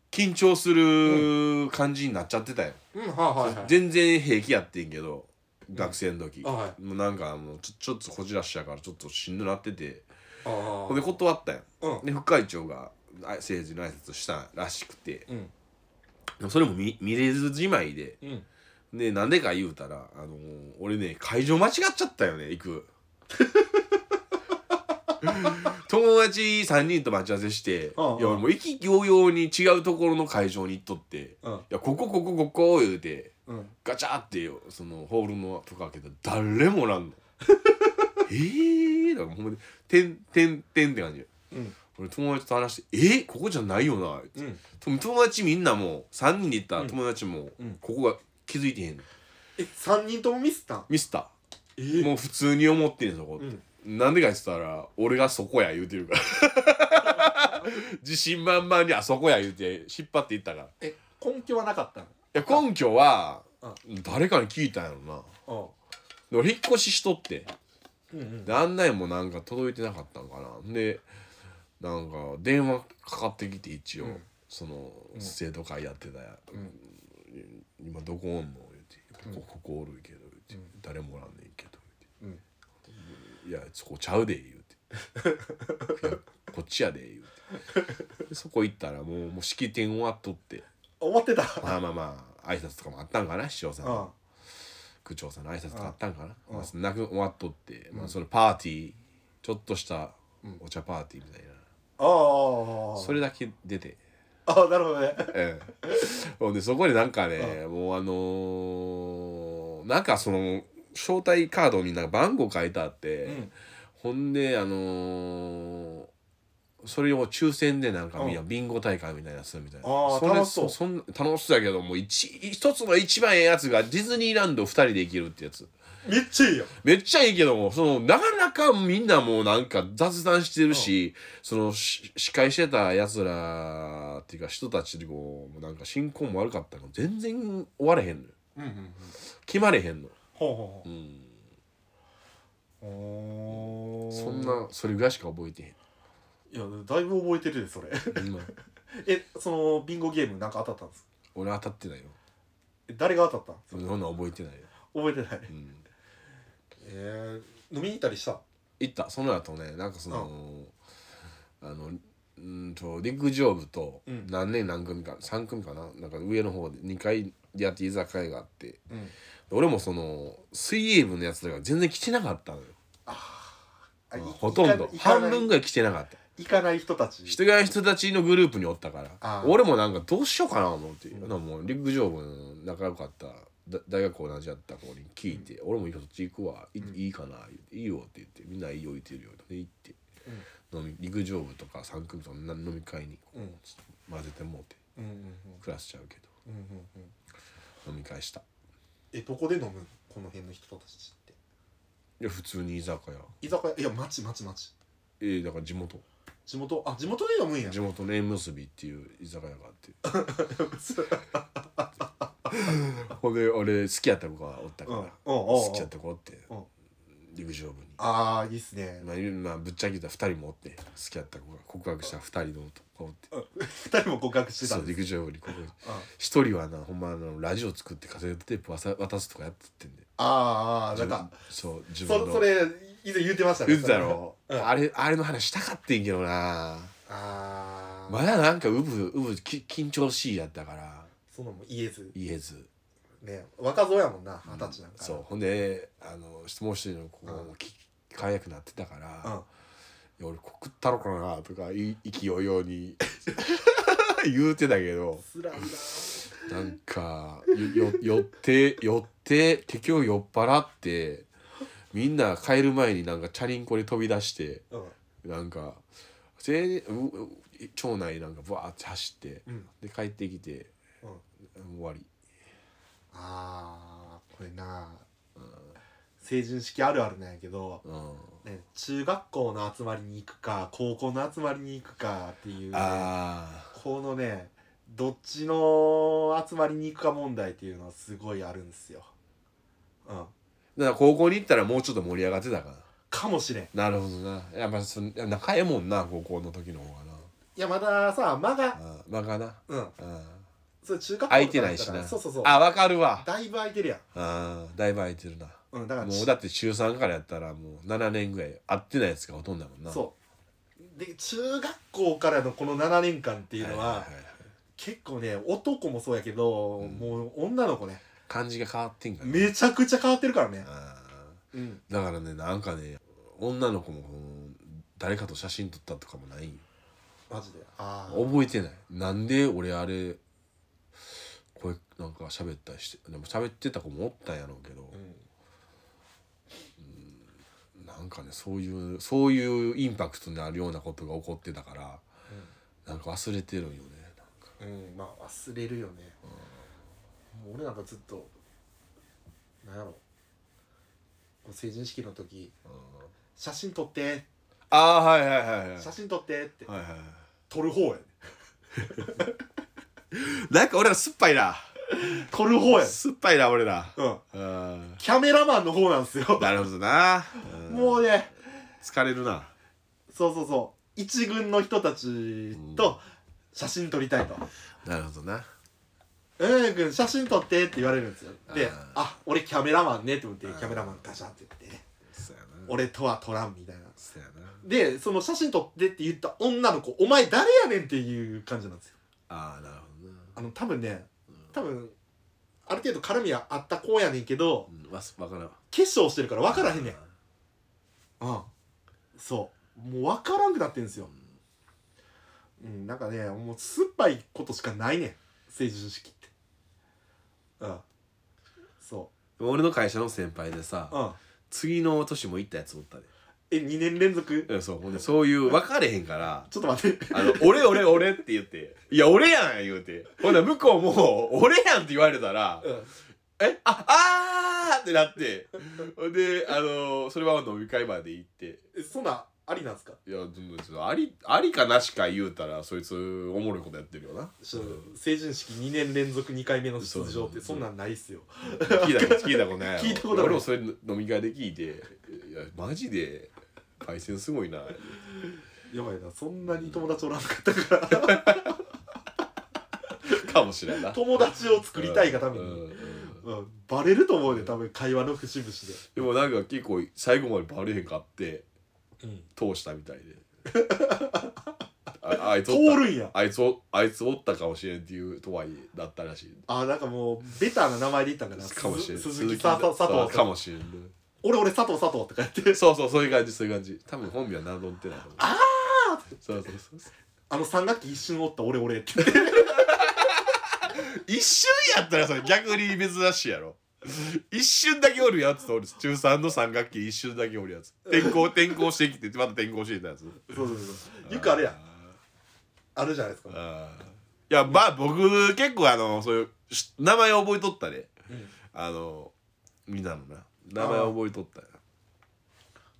[SPEAKER 2] 緊張する感じになっちゃってたよ、
[SPEAKER 1] うんはいはいはい
[SPEAKER 2] 全然平気やってんけど学生の時、
[SPEAKER 1] あはい
[SPEAKER 2] もうなんかもうちょちょっとこじらしやからちょっとしんどなってて
[SPEAKER 1] あー
[SPEAKER 2] ほんで断ったんよ
[SPEAKER 1] うん
[SPEAKER 2] で副会長があ政治の挨拶したらしくて
[SPEAKER 1] うん
[SPEAKER 2] でもそれも見見れずじまいで
[SPEAKER 1] うん
[SPEAKER 2] でなんでか言うたら、あのー俺ね会場間違っちゃったよね 行く友達3人と待ち合わせして、
[SPEAKER 1] うんうん
[SPEAKER 2] いや俺もう意気揚々に違うところの会場に行っとって
[SPEAKER 1] うん
[SPEAKER 2] 「いやここここここ」言うて
[SPEAKER 1] うん
[SPEAKER 2] ガチャってよそのホールのとか開けたら誰もおらんのえー、だからほんまに「てんてんてん」って感じ
[SPEAKER 1] うん
[SPEAKER 2] 俺友達と話して「えここじゃないよな」
[SPEAKER 1] うん
[SPEAKER 2] でも友達みんなも3人で行った友達も
[SPEAKER 1] うん
[SPEAKER 2] ここが気づいてへんの
[SPEAKER 1] え三人ともミスったん
[SPEAKER 2] ミスタ
[SPEAKER 1] え
[SPEAKER 2] ー
[SPEAKER 1] ー
[SPEAKER 2] もう普通に思ってんねんそこ
[SPEAKER 1] うん
[SPEAKER 2] なんでか言ってたら俺がそこや言うてるから自信満々にあそこや言うて引っ張っていったからい
[SPEAKER 1] え根拠はなかったん
[SPEAKER 2] や根拠は誰かに聞いたんやろな
[SPEAKER 1] あ
[SPEAKER 2] で俺引っ越ししとって
[SPEAKER 1] うんうん
[SPEAKER 2] で案内もなんか届いてなかったんかなでなんか電話かかってきて一応、
[SPEAKER 1] うん
[SPEAKER 2] その生徒会やってたや、
[SPEAKER 1] ん
[SPEAKER 2] 今どこおんの言うて「ここここおるけど」言うて、誰もおらんねんけど」言うて「いやそこちゃうで」言う て「いやこっちやで」言うてでそこ行ったらもうもう式典終わっとって
[SPEAKER 1] 思って た
[SPEAKER 2] まあまあまあ挨拶とかもあったんかな市長さんの
[SPEAKER 1] あ
[SPEAKER 2] 区長さんの挨拶があったんかな、
[SPEAKER 1] ん
[SPEAKER 2] まあ、なく終わっとって、まあ、そのパーティーちょっとしたお茶パーティーみたいな、
[SPEAKER 1] あー
[SPEAKER 2] それだけ出て、
[SPEAKER 1] あーなるほどね
[SPEAKER 2] ええ ほんでそこでなんかね、もうあのーなんかその招待カードになんか番号書いてあって、
[SPEAKER 1] ん
[SPEAKER 2] ほんであのーそれを抽選でなんか、
[SPEAKER 1] うん
[SPEAKER 2] いやビンゴ大会みたいなのするみたいな
[SPEAKER 1] あー
[SPEAKER 2] れ
[SPEAKER 1] 楽しそう
[SPEAKER 2] そん楽しそうやけどもう一一つの一番ええやつがディズニーランド2人で行けるってやつ
[SPEAKER 1] めっちゃいいよ
[SPEAKER 2] めっちゃいいけども、その、なかなかみんなもうなんか雑談してるし、その、し司会してた奴らっていうか人たちでこう、もうなんか進行も悪かったの。全然終われへんのよ。
[SPEAKER 1] うんうんうん
[SPEAKER 2] 決まれへんの。
[SPEAKER 1] ほうほうほうそ
[SPEAKER 2] そんなそれぐらいしか覚えて
[SPEAKER 1] いやだいぶ覚えてるでそれ
[SPEAKER 2] へん今
[SPEAKER 1] えそのビンゴゲームなんか当たったんです
[SPEAKER 2] 俺当たってないよ
[SPEAKER 1] え誰が当たったん
[SPEAKER 2] そん
[SPEAKER 1] です
[SPEAKER 2] なの覚えてないよ、
[SPEAKER 1] 覚えてない
[SPEAKER 2] うん、
[SPEAKER 1] えー、飲みに行ったりした
[SPEAKER 2] 行ったその後ねなんかその、あのうーんと陸上部と
[SPEAKER 1] うん
[SPEAKER 2] 何年何組か、三3組かななんか上の方で2階でやって居酒屋があってで
[SPEAKER 1] うん
[SPEAKER 2] 俺もその水泳部のやつらが全然来てなかったのよ
[SPEAKER 1] あい
[SPEAKER 2] ほとんど
[SPEAKER 1] 行かな
[SPEAKER 2] 半
[SPEAKER 1] い
[SPEAKER 2] 分ぐらい来てなかった
[SPEAKER 1] 行かない人たち
[SPEAKER 2] 人が人たちのグループにおったか
[SPEAKER 1] あ
[SPEAKER 2] ら
[SPEAKER 1] ー
[SPEAKER 2] 俺もなんかどうしようかなと思って、なんかもう陸上部の仲良かっただ大学同じやった子に聞いて「俺もいいよそっち行くわい,、いいかな」言って「いいよ」って言って「みんないいよ言ってるよ」って行って、飲み陸上部とか三組とかな飲み会にこう、
[SPEAKER 1] うん
[SPEAKER 2] ちょっと混ぜてもうて
[SPEAKER 1] うんうん
[SPEAKER 2] クラスちゃうけど
[SPEAKER 1] うんうんうんうん
[SPEAKER 2] 飲み会したい
[SPEAKER 1] えどこで飲むこの辺の人たちって
[SPEAKER 2] や普通に居酒屋
[SPEAKER 1] 居酒屋いや町町町
[SPEAKER 2] えー、だから地元
[SPEAKER 1] 地元あ地元で飲むんや
[SPEAKER 2] 地元の縁結びっていう居酒屋があって ほんで俺好きやった子がおったから、
[SPEAKER 1] うんうんうん
[SPEAKER 2] 好きやった子おって、
[SPEAKER 1] うん
[SPEAKER 2] 陸上部に、
[SPEAKER 1] ああいいっすね
[SPEAKER 2] まあいるまあ、ぶっちゃけた2人もおって好きやった子が告白した2人の男がおっ て、
[SPEAKER 1] 二人も告白してた
[SPEAKER 2] そう
[SPEAKER 1] で
[SPEAKER 2] 陸上部に告白一人はなほんまあのラジオ作ってカセットテープわさ渡すとかやってってんで
[SPEAKER 1] あーあーなんか
[SPEAKER 2] そう自分
[SPEAKER 1] そ
[SPEAKER 2] の
[SPEAKER 1] それ以前言ってました
[SPEAKER 2] 言ってたろ、
[SPEAKER 1] うん
[SPEAKER 2] あれあれの話したかってんけどな
[SPEAKER 1] ああ
[SPEAKER 2] まだなんかうぶうぶき緊張しいやったから
[SPEAKER 1] そんなんも言えず
[SPEAKER 2] 言えず
[SPEAKER 1] ね若造やもんな二十歳なんか
[SPEAKER 2] そうほんであの質問してるのこう、
[SPEAKER 1] うん
[SPEAKER 2] き輝くなってたから
[SPEAKER 1] うん、
[SPEAKER 2] 「いや俺告ったろかな」とかい意気揚々 に言うてたけど
[SPEAKER 1] つらいな
[SPEAKER 2] なんかよよ寄って寄って敵を酔っ払ってみんな帰る前になんかチャリンコで飛び出して
[SPEAKER 1] うん
[SPEAKER 2] なんかせいうう町内なんかバーって走って、
[SPEAKER 1] うん
[SPEAKER 2] で帰ってきて、
[SPEAKER 1] うん
[SPEAKER 2] 終わり
[SPEAKER 1] あーこれな、成人式あるあるなんやけど、
[SPEAKER 2] うん
[SPEAKER 1] ね、中学校の集まりに行くか高校の集まりに行くかっていう、ね、
[SPEAKER 2] あ
[SPEAKER 1] このねどっちの集まりに行くか問題っていうのはすごいあるんですよ。うん、
[SPEAKER 2] ーだから高校に行ったらもうちょっと盛り上がってたか
[SPEAKER 1] かもしれん。い
[SPEAKER 2] ななるほどなやっぱそのいや仲ええもんな高校の時の方がな
[SPEAKER 1] やまださ間が、
[SPEAKER 2] あーまあかな
[SPEAKER 1] うん、
[SPEAKER 2] あ
[SPEAKER 1] それ中学校とか
[SPEAKER 2] 空
[SPEAKER 1] だ
[SPEAKER 2] い
[SPEAKER 1] った
[SPEAKER 2] て
[SPEAKER 1] ら
[SPEAKER 2] ないしな
[SPEAKER 1] そうそうそう
[SPEAKER 2] あわかるわ
[SPEAKER 1] だいぶ空いてるやん。
[SPEAKER 2] あーだいぶ空いてるな
[SPEAKER 1] うん、だから
[SPEAKER 2] もうだって中3からやったらもう7年ぐらい会ってないやつがほとんどだもんな
[SPEAKER 1] そうで中学校からのこの7年間って
[SPEAKER 2] う
[SPEAKER 1] いうのは,、
[SPEAKER 2] いはい
[SPEAKER 1] 結構ね男もそうやけど、
[SPEAKER 2] うん
[SPEAKER 1] もう女の子ね
[SPEAKER 2] 感じが変わってんから
[SPEAKER 1] めちゃくちゃ変わってるからね、うん、
[SPEAKER 2] だからねなんかね女の子もこの誰かと写真撮ったとかもないんよ
[SPEAKER 1] マジでああ
[SPEAKER 2] 覚えてないなんで俺あれこれなんか喋ったりしてでも喋ってた子もおったんやろうけど、なんかねそういうそういうインパクトになるようなことが起こってたから、なんか忘れてるんよねなんか
[SPEAKER 1] うん、うん、まあ忘れるよね、もう俺なんかずっとなんやろこう成人式の時、写真撮って
[SPEAKER 2] ああはいはいはいはい
[SPEAKER 1] 写真撮ってって、
[SPEAKER 2] はいはい
[SPEAKER 1] 撮る方やね
[SPEAKER 2] なんか俺ら酸っぱいな
[SPEAKER 1] 撮る方やね
[SPEAKER 2] 酸っぱいな俺ら
[SPEAKER 1] うん
[SPEAKER 2] うん
[SPEAKER 1] キャメラマンの方なんですよ
[SPEAKER 2] なるほどな、うん
[SPEAKER 1] もうね
[SPEAKER 2] 疲れるな
[SPEAKER 1] そうそうそう一軍の人たちと写真撮りたいと
[SPEAKER 2] なるほどな
[SPEAKER 1] 「うん君写真撮って」って言われるんですよで
[SPEAKER 2] あー
[SPEAKER 1] 「あ俺キャメラマンね」って思ってキャメラマンガシャンって言ってね
[SPEAKER 2] そうやな
[SPEAKER 1] 「俺とは撮らん」みたいな
[SPEAKER 2] そうやな
[SPEAKER 1] でその写真撮ってって言った女の子「お前誰やねん」っていう感じなんですよ
[SPEAKER 2] ああなるほどな
[SPEAKER 1] あの多分ね多分ある程度絡みはあった子やねんけど
[SPEAKER 2] うんわすわからんわ
[SPEAKER 1] 化粧してるから分からへんねんうんそうもう分からんくなってんですようんなんかねもう酸っぱいことしかないねん成人式ってうんそ
[SPEAKER 2] 俺の会社の先輩でさ、
[SPEAKER 1] ううん
[SPEAKER 2] 次の年も行ったやつおったで、
[SPEAKER 1] え2年連続
[SPEAKER 2] うん、そうほんでそういう分かれへんから
[SPEAKER 1] ちょっと待って
[SPEAKER 2] あの「俺俺俺」って言って「いや俺やん」言うてほんなら向こうも「俺やん」って言われたら「えああー」ってなってほんであのそれは飲み会まで行って
[SPEAKER 1] えそんなんありなんすか
[SPEAKER 2] いやでもちょっとありありかなしか言うたらそいつおもろいことやってるよな
[SPEAKER 1] ちょ成人式2年連続2回目の出場って
[SPEAKER 2] そ
[SPEAKER 1] そう
[SPEAKER 2] そうん
[SPEAKER 1] なんないっすよ
[SPEAKER 2] 聞いたこと聞いたことないやろ
[SPEAKER 1] 聞いたことない
[SPEAKER 2] 俺もそれ飲み会で聞いていやマジでパイセンすごいな
[SPEAKER 1] やばいなそんなに友達おらんかったから
[SPEAKER 2] かもしれん な
[SPEAKER 1] 友達を作りたいがために、
[SPEAKER 2] うんうん
[SPEAKER 1] うんバレると思うね多分会話の節々で
[SPEAKER 2] でもなんか結構最後までバレへんかって、
[SPEAKER 1] うん
[SPEAKER 2] 通したみたいで ああいつ
[SPEAKER 1] 通
[SPEAKER 2] おった
[SPEAKER 1] るんや
[SPEAKER 2] あいつおあいつおったかもしれんっていうとはいえだったらしい
[SPEAKER 1] あなんかもうベターな名前で言ったんかな
[SPEAKER 2] かもしれん
[SPEAKER 1] す鈴木佐藤佐
[SPEAKER 2] そう
[SPEAKER 1] 藤
[SPEAKER 2] かもしれんね
[SPEAKER 1] 俺俺佐藤佐藤とか言って
[SPEAKER 2] そうそうそういう感じそういう感じ多分本名は名乗ってないと思うああそうそうそうそう
[SPEAKER 1] あの三学期一瞬おった俺俺 って
[SPEAKER 2] 一瞬やったらそれ逆に珍しいやろ一瞬だけおるやつとおる中3の3学期一瞬だけおるやつ転校転校してきてまた転校してきたやつ
[SPEAKER 1] そうそうそうよくあれやあるじゃないですか
[SPEAKER 2] あーいやまあ僕結構あのそういうし名前覚えとったね、
[SPEAKER 1] ん
[SPEAKER 2] あのみんなのな名前覚えとっ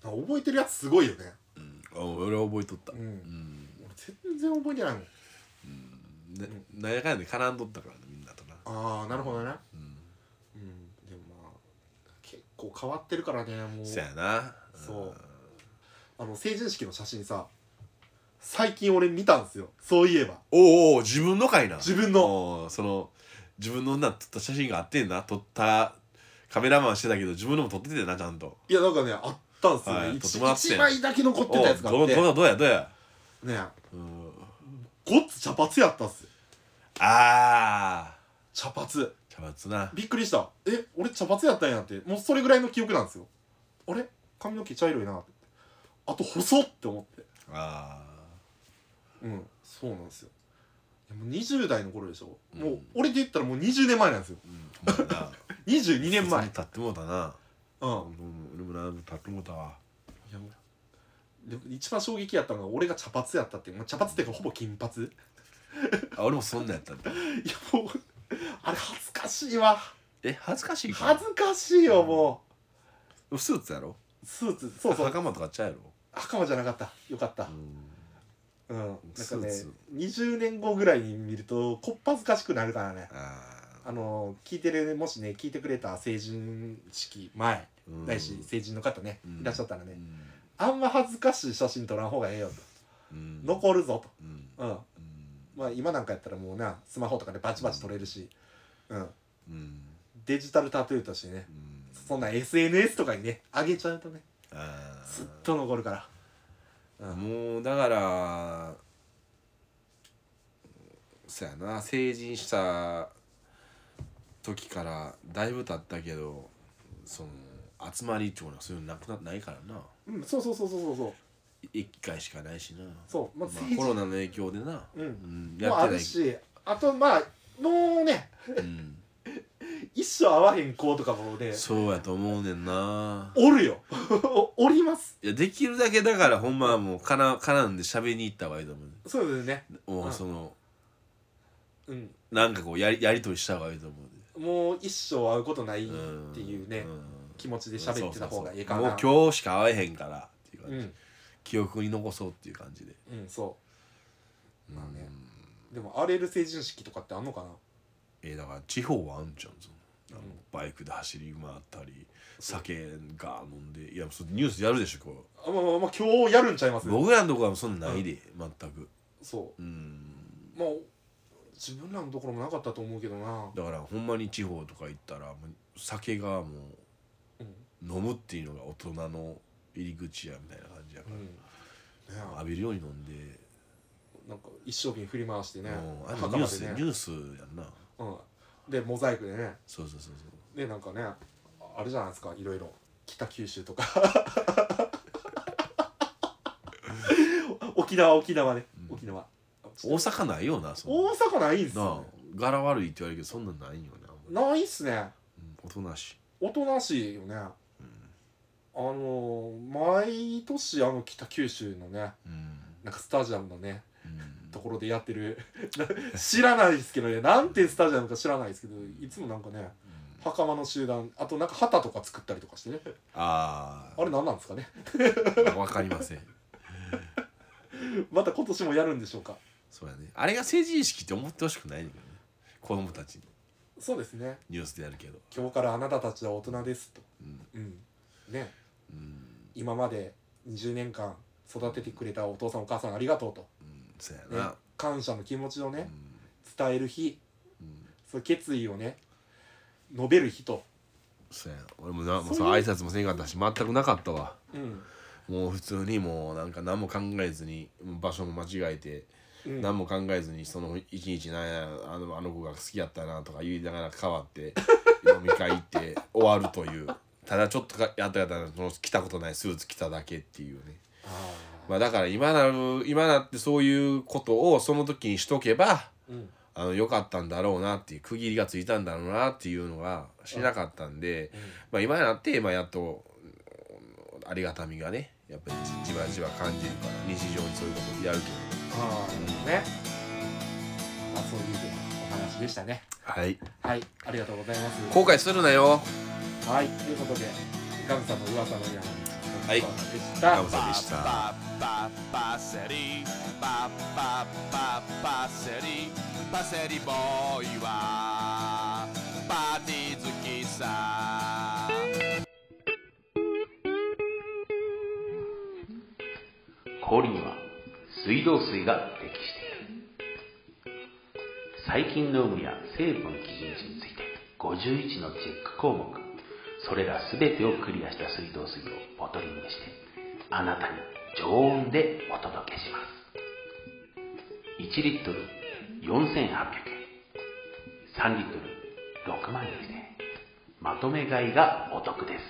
[SPEAKER 2] たよ
[SPEAKER 1] 覚えてるやつすごいよね
[SPEAKER 2] あ俺は覚えとった、
[SPEAKER 1] うん俺全然覚えてないもん
[SPEAKER 2] ななんやかんやで絡んどったからねみんなとな
[SPEAKER 1] ああなるほどねうんでもまあ結構変わってるからねもう
[SPEAKER 2] そやな
[SPEAKER 1] そうあの成人式の写真さ最近俺見たんですよそういえば
[SPEAKER 2] おうおう自分のかいな
[SPEAKER 1] 自分の
[SPEAKER 2] おうその自分のな撮った写真があってんな撮ったカメラマンしてたけど自分のも撮っててなちゃんと
[SPEAKER 1] いやなんかねあったんですよ
[SPEAKER 2] はい
[SPEAKER 1] ね
[SPEAKER 2] と
[SPEAKER 1] 一
[SPEAKER 2] てもあって
[SPEAKER 1] 一枚だけ残ってたやつがあ
[SPEAKER 2] お
[SPEAKER 1] っ
[SPEAKER 2] うど
[SPEAKER 1] て
[SPEAKER 2] うどうどうやどうや
[SPEAKER 1] ね
[SPEAKER 2] うん
[SPEAKER 1] ごっつ茶髪やったんすよ
[SPEAKER 2] ああ
[SPEAKER 1] 茶髪
[SPEAKER 2] 茶髪な
[SPEAKER 1] びっくりしたえ俺茶髪やったんやってもうそれぐらいの記憶なんですよあれ髪の毛茶色いなってあと細っって思って
[SPEAKER 2] ああ
[SPEAKER 1] うんそうなんですよでも20代の頃でしょ、もう俺で言ったらもう20年前なんですよ
[SPEAKER 2] うんまあな
[SPEAKER 1] 22年前
[SPEAKER 2] 普通に立ってもうたな
[SPEAKER 1] うん
[SPEAKER 2] 俺もなん立ってもうたわ
[SPEAKER 1] いやもうでも一番衝撃やったのが俺が茶髪やったっていう、まあ、茶髪っていうかほぼ金髪い
[SPEAKER 2] あ俺もそんなんやったんだ
[SPEAKER 1] やもうあれ恥ずかしいわ
[SPEAKER 2] え恥ずかしいか
[SPEAKER 1] 恥ずかしいよも
[SPEAKER 2] スーツやろ
[SPEAKER 1] うスーツそうそう
[SPEAKER 2] 袴とかちゃうやろ
[SPEAKER 1] 赤間じゃなかったよかったうん、なん
[SPEAKER 2] ス
[SPEAKER 1] か
[SPEAKER 2] ー
[SPEAKER 1] ね
[SPEAKER 2] ツ
[SPEAKER 1] 20年後ぐらいに見るとこっぱずかしくなるからね
[SPEAKER 2] あ
[SPEAKER 1] あの聞いてるもしね聞いてくれた成人式前
[SPEAKER 2] うん
[SPEAKER 1] ないし成人の方ね、
[SPEAKER 2] うん
[SPEAKER 1] いらっしゃったらね、
[SPEAKER 2] ん
[SPEAKER 1] あんま恥ずかしい写真撮らん方がええよ
[SPEAKER 2] うん
[SPEAKER 1] と残るぞ
[SPEAKER 2] うん
[SPEAKER 1] とうんまあ今なんかやったらもうなスマホとかでバチバチ撮れるし、うん、
[SPEAKER 2] うん
[SPEAKER 1] デジタルタトゥーとしてね
[SPEAKER 2] うん
[SPEAKER 1] そんな SNS とかにね上げちゃうとね
[SPEAKER 2] あ
[SPEAKER 1] ずっと残るから
[SPEAKER 2] ーもうだからそやな成人した時からだいぶ経ったけどその集まりっていうのはそういうのなくなってないからな
[SPEAKER 1] うんそうそうそうそうそうそう
[SPEAKER 2] 一回しかないしな
[SPEAKER 1] そうま
[SPEAKER 2] ま
[SPEAKER 1] あ
[SPEAKER 2] あ、
[SPEAKER 1] 政
[SPEAKER 2] コ
[SPEAKER 1] 治
[SPEAKER 2] ロナの影響でな、
[SPEAKER 1] うん
[SPEAKER 2] ん
[SPEAKER 1] も
[SPEAKER 2] や
[SPEAKER 1] あ
[SPEAKER 2] ってな
[SPEAKER 1] る
[SPEAKER 2] い、
[SPEAKER 1] しあとまあもうね
[SPEAKER 2] うん、
[SPEAKER 1] 一生会わへん子とかもね
[SPEAKER 2] そうやと思うねんな
[SPEAKER 1] おるよ おります
[SPEAKER 2] いやできるだけだからほんまはもうから絡んで喋りに行った方がいいと思うね
[SPEAKER 1] そうですね
[SPEAKER 2] も
[SPEAKER 1] う
[SPEAKER 2] うんその、
[SPEAKER 1] うん
[SPEAKER 2] なんかこうやりやりとりした方がいいと思うね
[SPEAKER 1] もう一生会うことないっ
[SPEAKER 2] うん
[SPEAKER 1] ていうね
[SPEAKER 2] ん
[SPEAKER 1] 気持ちで喋ってた方がいいか
[SPEAKER 2] そう
[SPEAKER 1] な
[SPEAKER 2] そうそうもう今日しか会えへんからっていう感じ、
[SPEAKER 1] うん
[SPEAKER 2] 記憶に残そうっていう感じで
[SPEAKER 1] うんそうまあねでも荒れる成人式とかってあんのかな
[SPEAKER 2] えーだから地方はあんじゃんそのあのバイクで走り回ったり酒が飲んでいやそれニュースやるでしょこう
[SPEAKER 1] あまあまあまあ今日やるんちゃいます
[SPEAKER 2] 僕らのとこはそんなんないで、全く
[SPEAKER 1] そう
[SPEAKER 2] うん
[SPEAKER 1] まあ自分らのところもなかったと思うけどな
[SPEAKER 2] だからほんまに地方とか行ったらもう酒がもう飲むっていうのが大人の入り口やみたいな感じやか
[SPEAKER 1] うんねえ
[SPEAKER 2] ら、浴びるように飲んで、
[SPEAKER 1] なんか一生瓶振り回してね
[SPEAKER 2] もうあの
[SPEAKER 1] 墓
[SPEAKER 2] ニュ
[SPEAKER 1] ま
[SPEAKER 2] ース、
[SPEAKER 1] で
[SPEAKER 2] ニ
[SPEAKER 1] ね
[SPEAKER 2] ュースやんな
[SPEAKER 1] うんでモザイクでね
[SPEAKER 2] そうそうそうそう
[SPEAKER 1] でなんかねああれじゃないですかいろいろ北九州 とか沖縄沖縄ね、沖縄
[SPEAKER 2] 大阪ないよなそん
[SPEAKER 1] 大
[SPEAKER 2] な
[SPEAKER 1] 阪ないんす
[SPEAKER 2] なあ
[SPEAKER 1] よ、
[SPEAKER 2] 柄悪いって言われるけどそんなんないよなあんまり
[SPEAKER 1] ないっすね
[SPEAKER 2] うんおとなしい
[SPEAKER 1] おとなしいよね、あの毎年あの北九州のね
[SPEAKER 2] うん、
[SPEAKER 1] なんかスタジアムのね
[SPEAKER 2] うん
[SPEAKER 1] ところでやってる 知らないですけどねなんてスタジアムか知らないですけどいつもなんかね袴の集団あとなんか旗とか作ったりとかしてね
[SPEAKER 2] あ
[SPEAKER 1] あれ何なんですかね
[SPEAKER 2] あわかりません
[SPEAKER 1] また今年もやるんでしょうか
[SPEAKER 2] そうやねあれが成人式って思ってほしくないねんだけどね子供たちに
[SPEAKER 1] そうですね
[SPEAKER 2] ニュースでやるけど
[SPEAKER 1] 今日からあなたたちは大人ですと
[SPEAKER 2] うん
[SPEAKER 1] うんね
[SPEAKER 2] うん
[SPEAKER 1] 今まで20年間育ててくれたお父さんお母さんありがとうと、
[SPEAKER 2] そうや
[SPEAKER 1] ね
[SPEAKER 2] な、
[SPEAKER 1] 感謝の気持ちを
[SPEAKER 2] う
[SPEAKER 1] ね
[SPEAKER 2] ん
[SPEAKER 1] 伝える日
[SPEAKER 2] うん、
[SPEAKER 1] その決意をね述べる日と、
[SPEAKER 2] そうや俺もなもうそう挨拶もせんかったし全くなかったわ
[SPEAKER 1] うん
[SPEAKER 2] もう普通にもうなんか何も考えずに場所も間違えて、
[SPEAKER 1] うん
[SPEAKER 2] 何も考えずにその一日なんやあのあの子が好きやったなとか言いながら変わって 飲み会行って終わるというただちょっとかやったやったらその着たことないスーツ着ただけっていうねまあだから今なる今なってそういうことをその時にしとけば
[SPEAKER 1] うん
[SPEAKER 2] あの良かったんだろうなっていう区切りがついたんだろうなっていうのがしなかったんで、まあ、今になって、まあ、やっとうんありがたみがねやっぱりじじわじわ感じるから日常にそういうことやるけど
[SPEAKER 1] ああねまあそういうお話でしたね
[SPEAKER 2] はい
[SPEAKER 1] はいありがとうございます
[SPEAKER 2] 後悔するなよ
[SPEAKER 1] はい、ということで、ガムさんの噂の山
[SPEAKER 2] はい
[SPEAKER 1] でし
[SPEAKER 2] ガ
[SPEAKER 1] た。
[SPEAKER 2] ムさんでした
[SPEAKER 6] パパセリパパパパセリパセリボーイはパーティー好きさ
[SPEAKER 4] 氷には水道水が適している細菌の有無や成分基準値について51のチェック項目それら全てをクリアした水道水をボトリングしてあなたに常温でお届けします1リットル4800円3リットル6万円でまとめ買いがお得です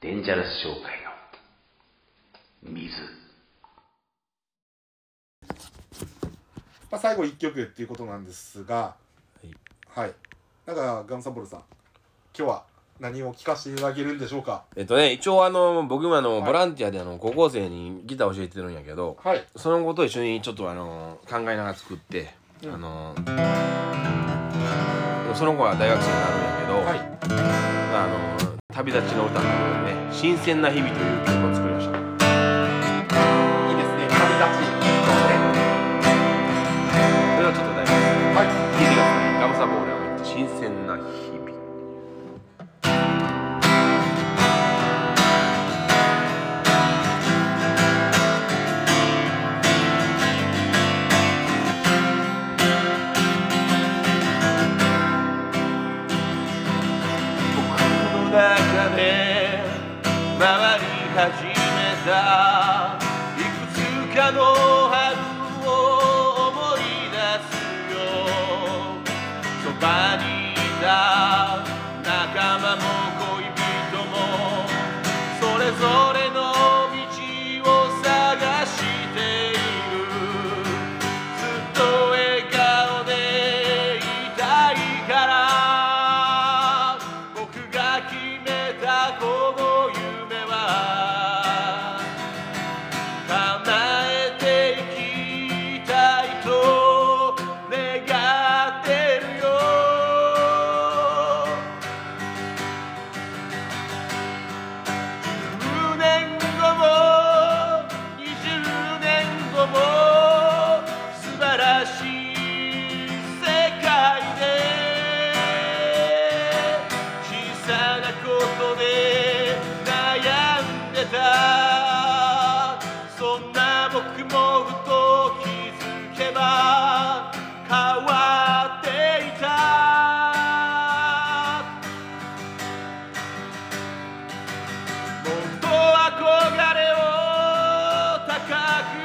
[SPEAKER 4] デンジャラス商会の水
[SPEAKER 1] まあ、最後一曲っていうことなんですが、はい。なんか、ガムサンボルさん、今日は何を聞かせていただけるんでしょうか。
[SPEAKER 2] えっとね一応あの僕もあの
[SPEAKER 1] い
[SPEAKER 2] ボランティアであの高校生にギター教えてるんやけど
[SPEAKER 1] はい。
[SPEAKER 2] そのことを一緒にちょっとあの考えながら作って、あのその子は大学生になるんやけど、
[SPEAKER 1] はい。
[SPEAKER 2] あの旅立ちの歌ということでね「新鮮な日々」という曲を作りました
[SPEAKER 1] いいですね。旅立ち。ね
[SPEAKER 2] それはちょっと大事です
[SPEAKER 1] は
[SPEAKER 2] 聞いてくださいガムサボーレを持って新鮮な日々
[SPEAKER 3] 僕の中で回り始めたいくつかの春を思い出すよそばにいた仲間も恋人もそれぞれの道を探しているずっと笑顔でいたいから僕が決めたこの夢は叶えていきたいと願ってるよ10年後も20年後も素晴らしい世界で小さなことで悩んでたそんな僕もふと気づけば変わっていたもっと憧れを高く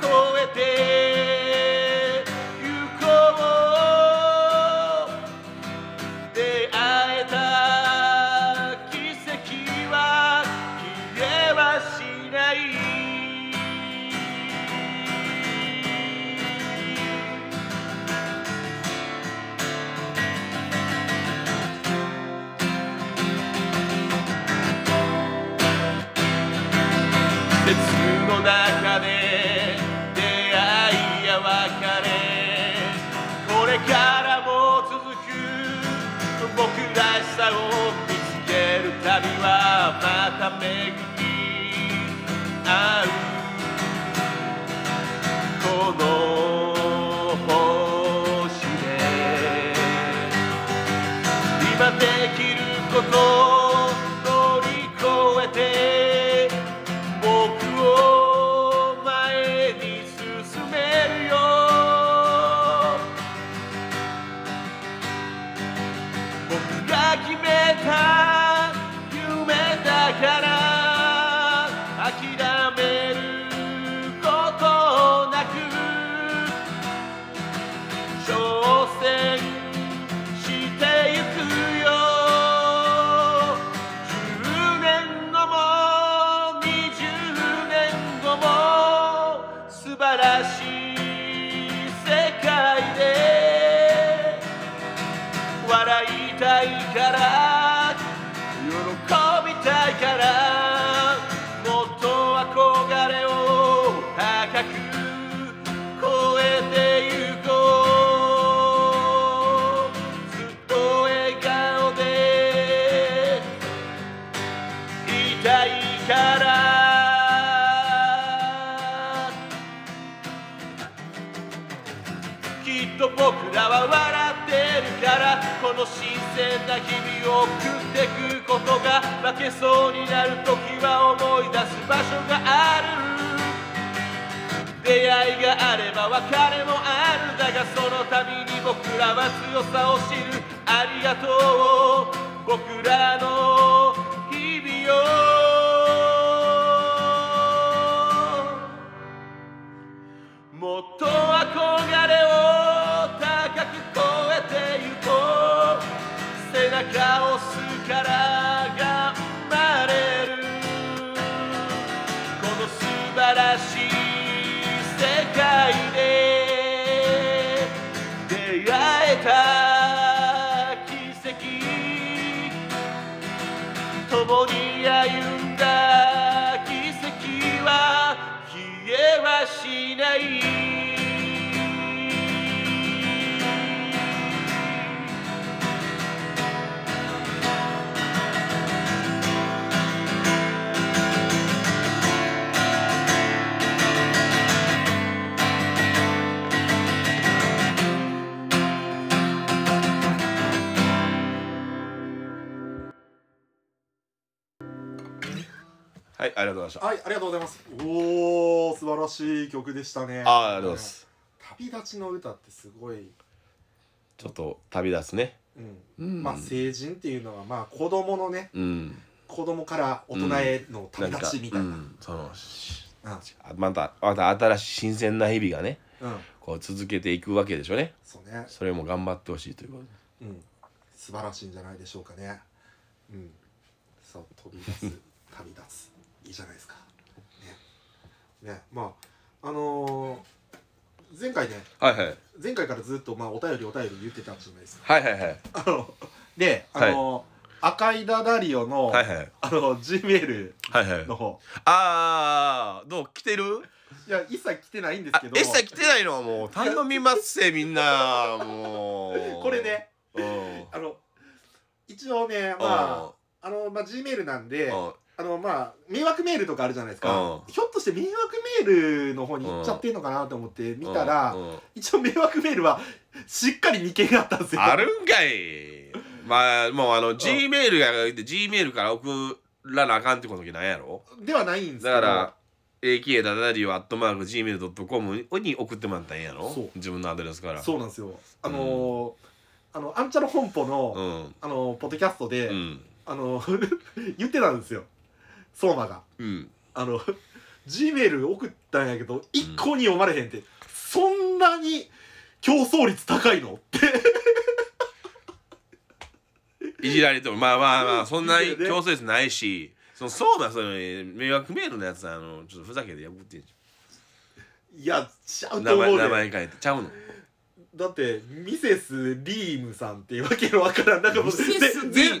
[SPEAKER 3] 超えて行こう出会えた奇跡は消えはしない鉄の中で出会いや別れこれからも続く僕らしさを見つける旅はまた巡り合うこの星で今できることを挑戦してゆくよ10年後も20年後も素晴らしい世界で笑いたいから喜びたいからもっと憧れを高く超えてゆこうずっと笑顔でいたいからきっと僕らは笑ってるからこの新鮮な日々を送ってくことが負けそうになる時は思い出す場所がある出会いがあれば別れもあるだがその度に僕らは強さを知るありがとう僕らの日々をもっと憧れを高く超えてゆこう背中を押すから頑張れるこの素晴らしい世界で出会えた奇跡共に歩んだ奇跡は消えはしない
[SPEAKER 2] はいありがとうございました
[SPEAKER 1] はいありがとうございますおお素晴らしい曲でしたね
[SPEAKER 2] あーありがとうございます
[SPEAKER 1] 旅立ちの歌ってすごい、
[SPEAKER 2] ちょっと旅立つね
[SPEAKER 1] うん
[SPEAKER 2] うん
[SPEAKER 1] まあ成人っていうのはまあ子供のね
[SPEAKER 2] うん
[SPEAKER 1] 子供から大人への旅立ちみたいな,、
[SPEAKER 2] う
[SPEAKER 1] うん
[SPEAKER 2] んそのし
[SPEAKER 1] うん
[SPEAKER 2] あまたまた新しい新鮮な日々がねこう続けていくわけでしょうね
[SPEAKER 1] そうね、
[SPEAKER 2] それも頑張ってほしいということで
[SPEAKER 1] うん、素晴らしいんじゃないでしょうかねうんそう飛び出す 旅立ついいじゃないですかねねまああのー前回ね
[SPEAKER 2] はいはい
[SPEAKER 1] 前回からずっとまあお便りお便り言ってたじゃないですか
[SPEAKER 2] はいはいはい
[SPEAKER 1] あの であのー赤いダダリオの、
[SPEAKER 2] はいはい
[SPEAKER 1] あの G メール
[SPEAKER 2] はいはい
[SPEAKER 1] の方
[SPEAKER 2] あーどう来てる
[SPEAKER 1] いや一切来てないんです
[SPEAKER 2] あ
[SPEAKER 1] けど
[SPEAKER 2] 一切来てないのはもう頼みますせみんなも う
[SPEAKER 1] これね
[SPEAKER 2] うん
[SPEAKER 1] あの一応ねまああの、まあ、G メールなんで
[SPEAKER 2] うん
[SPEAKER 1] あのまあ迷惑メールとかあるじゃないですか
[SPEAKER 2] う
[SPEAKER 1] ひょっとして迷惑メールの方に行っちゃってんのかなと思って見たら
[SPEAKER 2] うんうん
[SPEAKER 1] 一応迷惑メールはしっかり2件あったんですよ
[SPEAKER 2] あるんかいまあもうあの G メールが G メールから送らなあかんってことなんやろ
[SPEAKER 1] ではないんですけど
[SPEAKER 2] だから、AK ダダリオアットマーク Gmail.com に送ってもらったんやろ
[SPEAKER 1] そう
[SPEAKER 2] 自分のアドレスから
[SPEAKER 1] そうなんですよあのーあのアンチャの本舗の、
[SPEAKER 2] うん
[SPEAKER 1] あのーポッドキャストで、
[SPEAKER 2] うん
[SPEAKER 1] あの ー言ってたんですよ相馬が
[SPEAKER 2] うん
[SPEAKER 1] あの G メール送ったんやけど一向に読まれへんって、そんなに競争率高いのって
[SPEAKER 2] いじられてもまあまあまあそんな
[SPEAKER 1] う
[SPEAKER 2] に
[SPEAKER 1] んいいよね
[SPEAKER 2] 強制率ないしそのそうだその迷惑メールのやつあのちょっとふざけて破ってんじ
[SPEAKER 1] いやちゃ
[SPEAKER 2] ゃ
[SPEAKER 1] うんと
[SPEAKER 2] 名
[SPEAKER 1] 思
[SPEAKER 2] 前
[SPEAKER 1] う
[SPEAKER 2] 名
[SPEAKER 1] ね
[SPEAKER 2] 前変えてちゃうの
[SPEAKER 1] だってミセスリームさんっていうわけのわからんなんかもう
[SPEAKER 2] ミセスリー
[SPEAKER 1] ぜ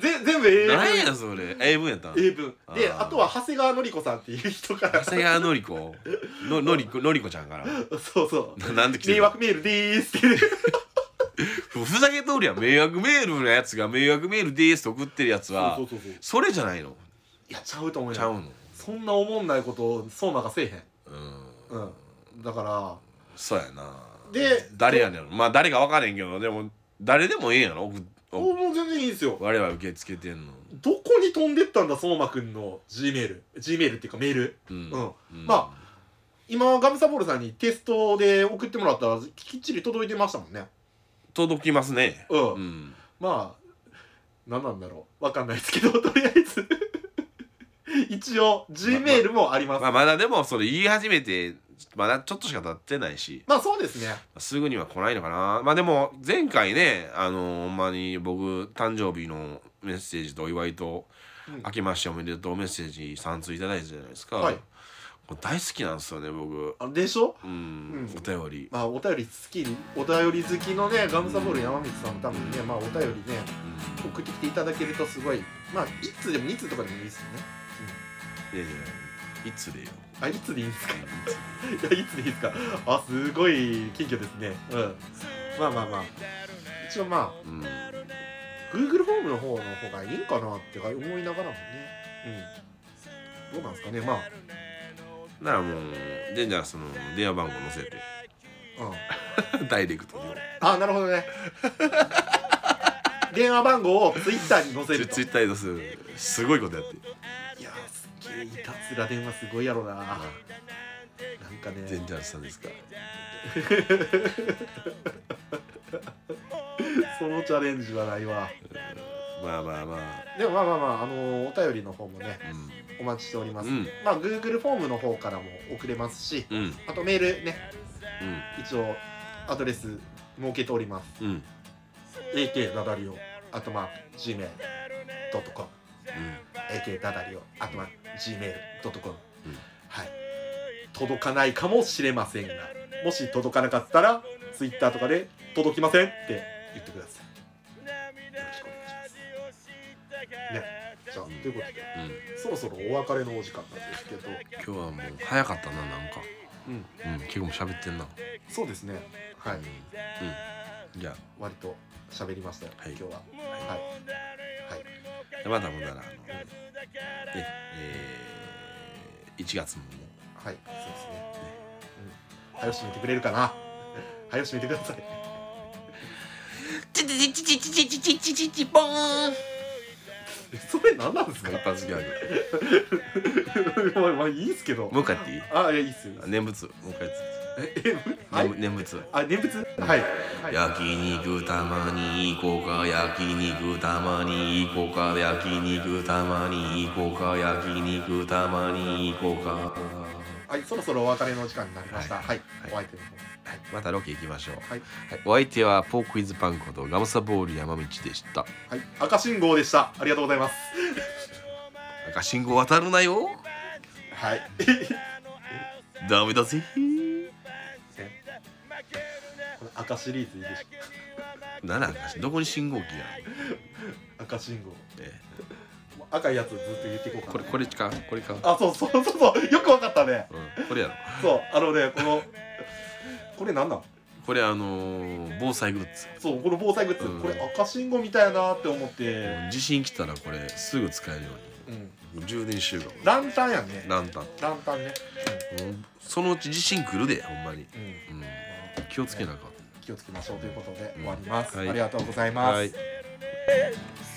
[SPEAKER 1] ぜぜ全部英文
[SPEAKER 2] 何やそれ英文やったん
[SPEAKER 1] 英文で
[SPEAKER 2] あー
[SPEAKER 1] あとは長谷川のり子さんっていう人から
[SPEAKER 2] 長谷川のり子ののりこのりこちゃんから
[SPEAKER 1] そうそう
[SPEAKER 2] ななんで来て
[SPEAKER 1] 迷
[SPEAKER 2] んの
[SPEAKER 1] 惑メールでーすって
[SPEAKER 2] ふざけとるやん迷惑メールのやつが迷惑メールですと送ってるやつは
[SPEAKER 1] そうそうそうそう
[SPEAKER 2] それじゃないの
[SPEAKER 1] いやちゃうと思う
[SPEAKER 2] ちゃう
[SPEAKER 1] よ
[SPEAKER 2] の
[SPEAKER 1] そんな思んないことを相馬がせえへ
[SPEAKER 2] うん
[SPEAKER 1] んうんだから
[SPEAKER 2] そうやな
[SPEAKER 1] で
[SPEAKER 2] 誰やねんまあ誰か分からへんけどでも誰でもええんやろ送っ
[SPEAKER 1] おもう全然いいんですよ
[SPEAKER 2] 我々受け付けてんの
[SPEAKER 1] どこに飛んでったんだ相馬くんの G メール G メールっていうかメール
[SPEAKER 2] うん
[SPEAKER 1] うん
[SPEAKER 2] うん
[SPEAKER 1] ま今ガムサボールさんにテストで送ってもらったらきっちり届いてましたもんね
[SPEAKER 2] 届きますね
[SPEAKER 1] うん、
[SPEAKER 2] うん
[SPEAKER 1] まあ何なんだろうわかんないですけど とりあえず一応 G メールもあります、
[SPEAKER 2] まあまだでもそれ言い始めてまだちょっとしか経ってないし
[SPEAKER 1] まあそうですね
[SPEAKER 2] すぐには来ないのかなまあでも前回ねあのほんまに僕誕生日のメッセージとお祝いと
[SPEAKER 1] うん
[SPEAKER 2] 「明けましておめでとう」メッセージ3通いただいたじゃないですか、
[SPEAKER 1] はい
[SPEAKER 2] これ大好きなんですよね僕
[SPEAKER 1] あでしょ
[SPEAKER 2] うん、
[SPEAKER 1] うん
[SPEAKER 2] お便り、
[SPEAKER 1] まあお便り好きお便り好きのねガムサボール山道さんのためにねまあお便りね
[SPEAKER 2] うん
[SPEAKER 1] 送ってきていただけるとすごいまあ1通でも2通とかでもいいですよね
[SPEAKER 2] いやいやいつでよ
[SPEAKER 1] あいつでいいんですか いやいつでいいですかあすごい謙虚ですねうんまあまあまあ一応ま
[SPEAKER 2] うん
[SPEAKER 1] あ Google フォームの方の方がいいんかなって思いながらもねうんどうなんですかねまあ
[SPEAKER 2] ならもうでじゃあその電話番号載せて
[SPEAKER 1] うん
[SPEAKER 2] ダイレクトに
[SPEAKER 1] あなるほどね 電話番号をツイッターに載せると
[SPEAKER 2] ツイッターに載せるすごいことやって
[SPEAKER 1] いやすっげえいたずら電話すごいやろななんかね
[SPEAKER 2] 全然さんですか
[SPEAKER 1] そのチャレンジはないわ
[SPEAKER 2] まあまあまあ
[SPEAKER 1] でもまあまあまああのーお便りの方もね
[SPEAKER 2] う
[SPEAKER 1] お
[SPEAKER 2] ん
[SPEAKER 1] 待ちしております、
[SPEAKER 2] うん
[SPEAKER 1] まあ Google フォームの方からも送れますし
[SPEAKER 2] うん
[SPEAKER 1] あとメールね
[SPEAKER 2] うん
[SPEAKER 1] 一応アドレス設けております
[SPEAKER 2] うん
[SPEAKER 1] AK ダダリオあとまあ Gmail.com
[SPEAKER 2] うん、
[SPEAKER 1] AK ダダリオあとまあ Gmail.com、
[SPEAKER 2] うん
[SPEAKER 1] はい届かないかもしれませんがもし届かなかったら Twitter とかで「届きません」って言ってくださいよろしくお願いしますねじゃあということで
[SPEAKER 2] うん、
[SPEAKER 1] そろそろお別れのお時間なんですけど
[SPEAKER 2] 今日はもう早かったななんか
[SPEAKER 1] うん
[SPEAKER 2] うん結構もう喋ってんな
[SPEAKER 1] そうですねはい
[SPEAKER 2] うんじゃ
[SPEAKER 1] 割と喋りましたよ、
[SPEAKER 2] はい
[SPEAKER 1] 今日ははい、はい、
[SPEAKER 2] あまだまだあのねえー、1月もも
[SPEAKER 1] はい、そうですね。うん、早く閉めてくれるかな。早く閉めてください。それ何なんです
[SPEAKER 2] う
[SPEAKER 1] か。
[SPEAKER 2] 一発ギャグ
[SPEAKER 1] まあまあいいですけど。
[SPEAKER 2] もう一回やっていい
[SPEAKER 1] あ、いやいいっすよ。いいっす
[SPEAKER 2] 念仏もう一回やって
[SPEAKER 1] え、え、はい
[SPEAKER 2] い、。念仏
[SPEAKER 1] あ、念仏。はい。はい。
[SPEAKER 2] 焼肉たまに行こうか焼肉たまに行こうか焼肉たまに行こうか焼肉たまに行こうか
[SPEAKER 1] はい、そろそろお別れの時間になりました。はい。
[SPEAKER 2] はい
[SPEAKER 1] お相手の方。
[SPEAKER 2] またロケ行きましょう、
[SPEAKER 1] はい。
[SPEAKER 2] はい、お相手はポークイズパンことガムサボール山道でした
[SPEAKER 1] はい。赤信号でした。ありがとうございます。
[SPEAKER 2] 赤信号渡るなよ
[SPEAKER 1] はい。
[SPEAKER 2] ダメだぜ
[SPEAKER 1] この赤シリーズいいでしょ
[SPEAKER 2] ならどこに信号機や
[SPEAKER 1] 赤信号。
[SPEAKER 2] え
[SPEAKER 1] 赤いやつずっと言っていこうかな。
[SPEAKER 2] これこれかこれか
[SPEAKER 1] あ、そうそうそうそう。よくわかったね。
[SPEAKER 2] うんこれやろ
[SPEAKER 1] そう、あのね、この。これなんなん。
[SPEAKER 2] これあのー、防災グッズ
[SPEAKER 1] そう、この防災グッズ、
[SPEAKER 2] うん
[SPEAKER 1] これ赤信号みたいなって思って。
[SPEAKER 2] 地震来たらこれすぐ使えるよ
[SPEAKER 1] うん。
[SPEAKER 2] うに充電しようよ
[SPEAKER 1] ランタンやね。
[SPEAKER 2] ランタン
[SPEAKER 1] ランタンね。
[SPEAKER 2] もうそのうち地震来るでほんまに、
[SPEAKER 1] うん。うん。
[SPEAKER 2] うん、気をつけなあかん
[SPEAKER 1] 気をつけましょうということで、
[SPEAKER 2] うん
[SPEAKER 1] 終わります、
[SPEAKER 2] はい
[SPEAKER 1] ありがとうございます。
[SPEAKER 2] はい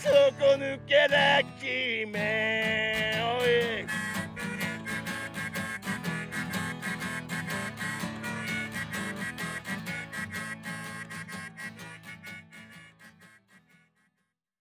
[SPEAKER 3] 底抜けな君おい